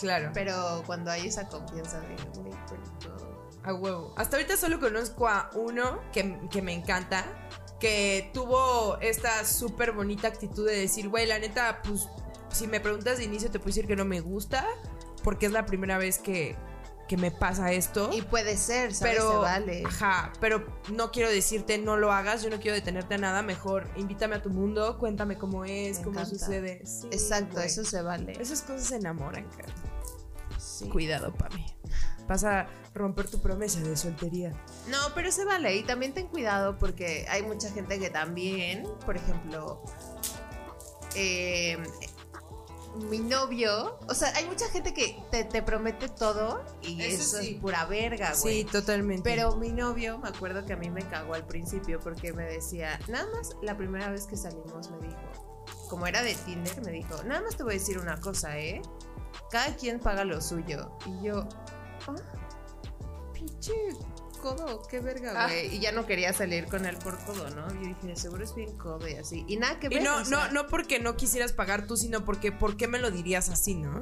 Claro.
Pero cuando hay esa confianza de. "Güey, pero todo".
A huevo. Hasta ahorita solo conozco a uno que, que me encanta, que tuvo esta súper bonita actitud de decir, güey, la neta, pues si me preguntas de inicio te puedo decir que no me gusta, porque es la primera vez que, que me pasa esto.
Y puede ser, ¿sabes?
Oh. pero,
Se vale.
ajá, pero no quiero decirte no lo hagas, yo no quiero detenerte a nada, mejor invítame a tu mundo, cuéntame cómo es,
Me
cómo
encanta.
sucede. Sí,
Exacto,
güey.
eso se vale.
Esas cosas se enamoran, cara.
Sí.
Cuidado, Pami. Vas a romper tu promesa de soltería.
No, pero se vale. Y también ten cuidado porque hay mucha gente que también, por ejemplo, eh, mi novio. O sea, hay mucha gente que te, te promete todo y
Eso
eso,
sí.
es pura verga, Ah, güey.
Sí, totalmente.
Pero mi novio, me acuerdo que a mí me cagó al principio porque me decía, nada más la primera vez que salimos me dijo, como era de Tinder, me dijo, nada más te voy a decir una cosa, ¿eh? Cada quien paga lo suyo. Y yo, ah, pinche codo, qué verga,
Ah.
güey. Y ya no quería salir con él por codo, ¿no? Yo dije, seguro es bien codo y así. Y nada que
y
ver.
no,
o sea,
no, no porque no quisieras pagar tú, sino porque ¿por qué me lo dirías así, no?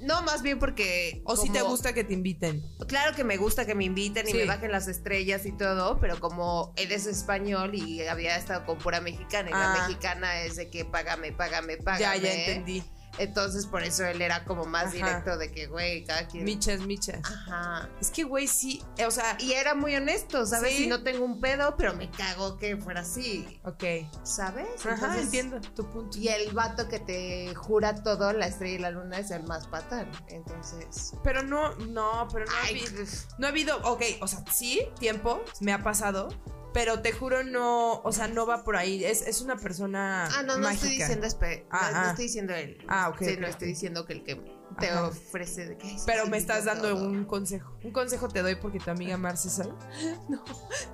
no, más bien porque...
O si te
como-
gusta que te inviten.
Claro que me gusta que me inviten y
Sí.
me bajen las estrellas y todo, pero como él es español y había estado con pura mexicana y
Ah.
la mexicana es de que págame, págame,
Ya,
págame.
ya entendí.
Entonces por eso él era como más
Ajá.
directo de que, güey, cada quien.
Michas, michas.
Ajá.
Es que, güey, sí, eh, o sea,
Y era muy honesto, ¿sabes?
Sí.
Y no tengo un pedo, pero me cago que fuera así,
ok.
¿sabes?
Ajá,
Entonces-
entiendo tu punto.
Y el vato que te jura todo, la estrella y la luna, es el más patán. Entonces.
Pero no, no, pero no, ha
Ay,
habido, no ha habido, ok, o sea, sí, tiempo, me ha pasado, pero te juro no, o sea, no va por ahí, es, es una persona
Ah, no, no
mágica.
estoy diciendo espe-
Ah,
no, no
ah.
estoy diciendo él.
Ah, ok,
Sí,
ok,
no
ok.
estoy diciendo que el que te
Ajá.
ofrece de que "Ay, sí,
Pero
sí,
me
sí,
estás
yo
dando
todo".
un consejo. Un consejo te doy porque tu amiga Marce sabe.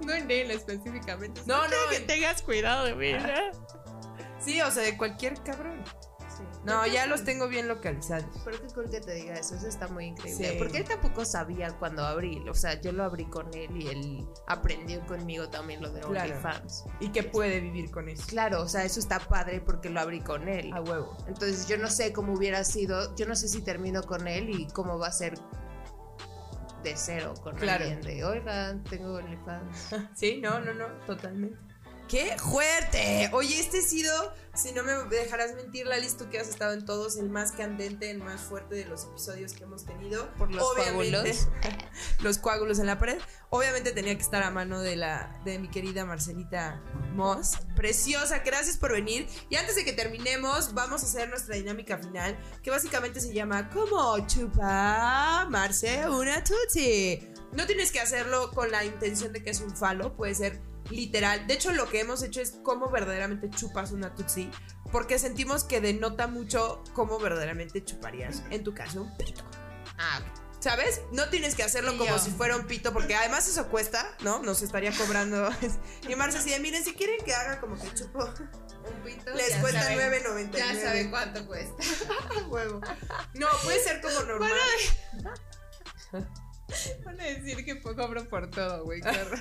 No en él específicamente.
No,
No, no.
no,
tengas cuidado de mí.
Sí, o sea, de cualquier cabrón.
Sí.
No, ya los tengo bien localizados.
Pero qué cool que te diga eso, eso está muy increíble.
Sí.
Porque él tampoco sabía cuando abrí, o sea, yo lo abrí con él y él aprendió conmigo también lo de
Claro.
OnlyFans.
Y que puede vivir con eso.
Claro, o sea, eso está padre porque lo abrí con él.
A huevo.
Entonces yo no sé cómo hubiera sido, yo no sé si termino con él y cómo va a ser de cero con
Claro.
alguien de, oigan, tengo OnlyFans.
Sí, no, no, no, totalmente. ¡Qué fuerte! Oye, este ha sido, si no me dejarás mentir, Lalis, tú que has estado en todos, el más candente, el más fuerte de los episodios que hemos tenido.
Por los coágulos.
los coágulos en la pared. Obviamente tenía que estar a mano de, la, de mi querida Marcelita Moss. Preciosa, gracias por venir. Y antes de que terminemos, vamos a hacer nuestra dinámica final, que básicamente se llama ¿Cómo chupa Marce una tutsi? No tienes que hacerlo con la intención de que es un falo, puede ser literal. De hecho, lo que hemos hecho es cómo verdaderamente chupas una tutsi, porque sentimos que denota mucho cómo verdaderamente chuparías, en tu caso, un pito.
Ah,
¿Sabes? No tienes que hacerlo
Y
como
yo.
si fuera un pito, porque además eso cuesta, ¿no? Nos estaría cobrando. Y Marcia así de, miren, si quieren que haga como que chupo,
un pito.
les
ya
cuesta
saben-
9.99.
Ya saben cuánto cuesta.
huevo. No, puede ser como normal.
Van a decir que po- cobro por todo, güey. qué horror.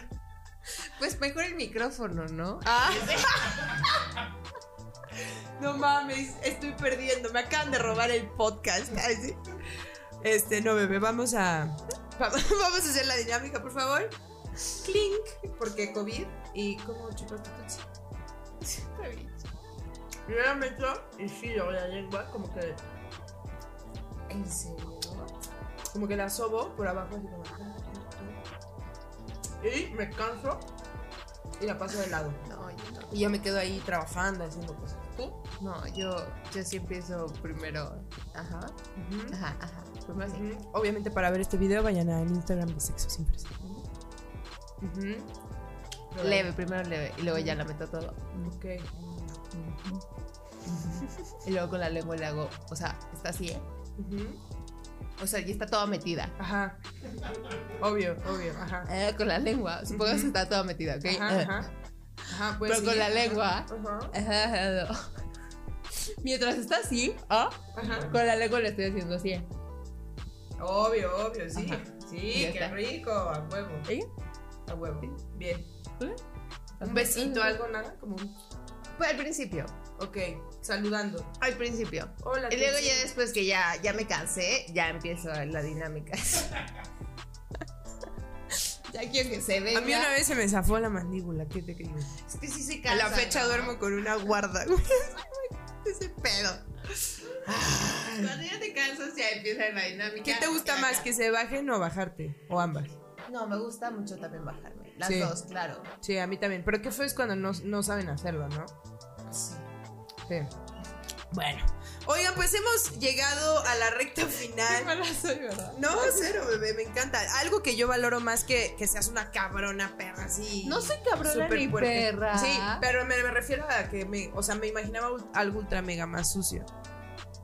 Pues mejor el micrófono, ¿no?
Ah. No mames, estoy perdiendo. Me acaban de robar el podcast. Ay, sí. Este, no, bebé, vamos a. Vamos a hacer la dinámica, por favor. Clink, porque COVID. ¿Y cómo chupas tu tutsi? Primero meto y filo la lengua, como que,
¿En serio?
como que la sobo por abajo, así como. Y me canso y la paso de lado.
No, yo no.
Y yo me quedo ahí trabajando, haciendo cosas. ¿Tú?
No, yo, yo sí empiezo primero. Ajá, ajá, ajá. Primero así.
Ujú. Obviamente para ver este video vayan a mi Instagram de sexo sin presión.
Leve, primero leve. Y luego ya la meto todo.
Ok.
Y luego con la lengua le hago. O sea, está así, ¿eh?
Ujú.
O sea, ya está toda metida.
Ajá. Obvio, obvio. Ajá.
Eh, con la lengua. Supongo que está toda metida, ¿ok?
Ajá, ajá. Ajá, pues
Pero con
sí.
la lengua.
Ajá.
Ajá, ajá. Mientras está así, ¿ah?
Ajá.
Con la lengua le estoy haciendo así. ¿eh?
Obvio, obvio, sí.
Ajá. Y
Sí,
ya
qué
está.
rico. A huevo.
¿Eh?
A huevo. Bien.
Ajá.
Un besito, algo, nada, como un...
Pues al principio,
Ok, saludando.
al principio.
Hola.
Y luego
Tutsi.
ya después que ya, ya me cansé, ya empiezo la dinámica. ya quiero que se venga.
A mí una vez se me zafó la mandíbula, ¿qué te digo?
Es que sí se
A
cansa.
la fecha
¿no?
duermo con una guarda. güey.
Ese pedo. Cuando ya te cansas ya empieza la dinámica.
¿Qué te gusta
Ya,
más,
ya.
que se bajen o bajarte? O ambas.
No, me gusta mucho también bajarme. Las
Sí.
dos, claro.
Sí, a mí también. Pero qué feo es cuando no, no saben hacerlo, ¿no? Sí. Bueno. Oigan, pues hemos llegado a la recta final.
mala soy, ¿verdad?
No, cero, bebé, me encanta. Algo que yo valoro más que que seas una cabrona perra, sí.
No soy cabrona
Súper
ni
puerca.
perra.
Sí, pero me, me refiero a que me, o sea, me imaginaba ul- algo ultra mega más sucio.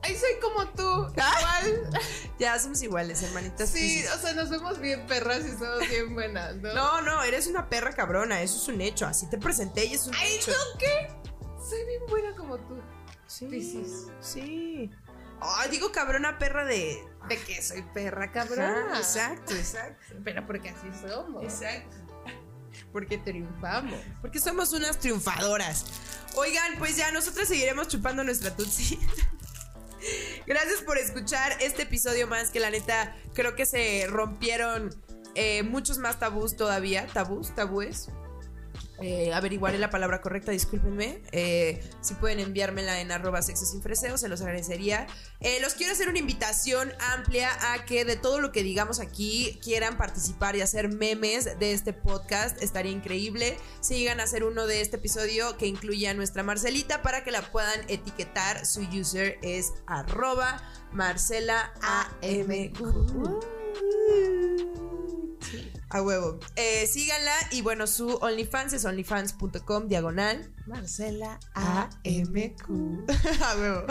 Ay, soy como tú.
¿Ah?
Igual.
Ya somos iguales, hermanitas.
Sí,
físicas.
o sea, nos vemos bien perras y somos bien buenas, ¿no?
No, no, eres una perra cabrona, eso es un hecho. Así te presenté y es un
Ay,
hecho.
¿tú qué? Soy bien buena como tú.
Sí.
Piscis.
Sí. Ah, digo cabrona perra de.
De que soy perra
Ajá,
cabrona.
exacto, exacto.
Pero porque así somos.
Exacto.
Porque triunfamos.
Porque somos unas triunfadoras. Oigan, pues ya nosotras seguiremos chupando nuestra tutsi. Gracias por escuchar este episodio más que la neta creo que se rompieron eh, muchos más tabús todavía. Tabús, tabúes. Eh, averiguaré la palabra correcta, discúlpenme. Eh, si pueden enviármela en arroba sexo sin freseo, se los agradecería. Eh, los quiero hacer una invitación amplia a que de todo lo que digamos aquí quieran participar y hacer memes de este podcast. Estaría increíble si llegan a hacer uno de este episodio que incluya a nuestra Marcelita para que la puedan etiquetar. Su user es arroba Marcela a huevo. Eh, síganla y bueno, su OnlyFans es onlyfans.com diagonal
Marcela
AMQ. A huevo.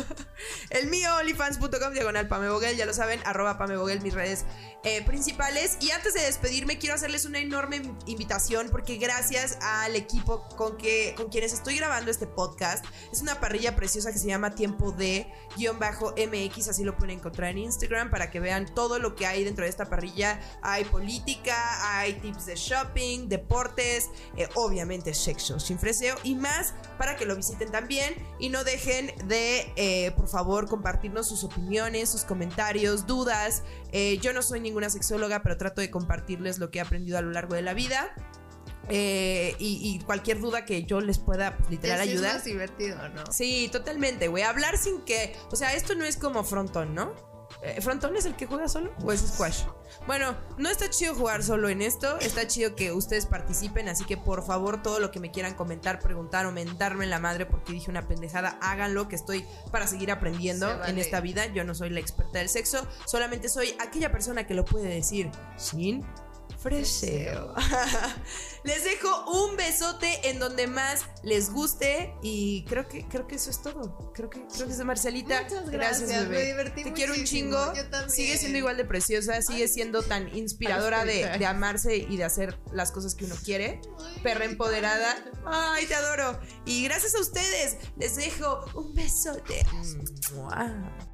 El mío, onlyfans.com, diagonal pameboguel, ya lo saben, arroba pameboguel, mis redes eh, principales. Y antes de despedirme, quiero hacerles una enorme invitación porque gracias al equipo con, que, con quienes estoy grabando este podcast, es una parrilla preciosa que se llama Tiempo de guión bajo MX, así lo pueden encontrar en Instagram para que vean todo lo que hay dentro de esta parrilla. Hay política, hay tips de shopping, deportes, eh, obviamente sexo sin freseo y más para que lo visiten también y no dejen de, eh, por favor, compartirnos sus opiniones, sus comentarios, dudas. Eh, yo no soy ninguna sexóloga, pero trato de compartirles lo que he aprendido a lo largo de la vida. Eh, y, y cualquier duda que yo les pueda pues, literal
Así Es
ayudar.
más divertido, ¿no?
Sí, totalmente, güey. Hablar sin que. O sea, esto no es como frontón, ¿no? Eh, ¿Frontón es el que juega solo o es squash? Bueno, no está chido jugar solo en esto. Está chido que ustedes participen. Así que, por favor, todo lo que me quieran comentar, preguntar o mentarme en la madre porque dije una pendejada, háganlo, que estoy para seguir aprendiendo
Se vale.
en esta vida. Yo no soy la experta del sexo. Solamente soy aquella persona que lo puede decir sin freseo. les dejo un besote en donde más les guste y creo que creo que eso es todo. Creo que creo que es Marcelita.
Muchas gracias, me divertí
Te quiero un
muchísimo,
chingo.
yo también.
Sigue siendo igual de preciosa, sigue siendo tan inspiradora
Ay,
de,
gracias.
de amarse y de hacer las cosas que uno quiere. Perra empoderada. Ay, te adoro. Y gracias a ustedes les dejo un besote. Mua.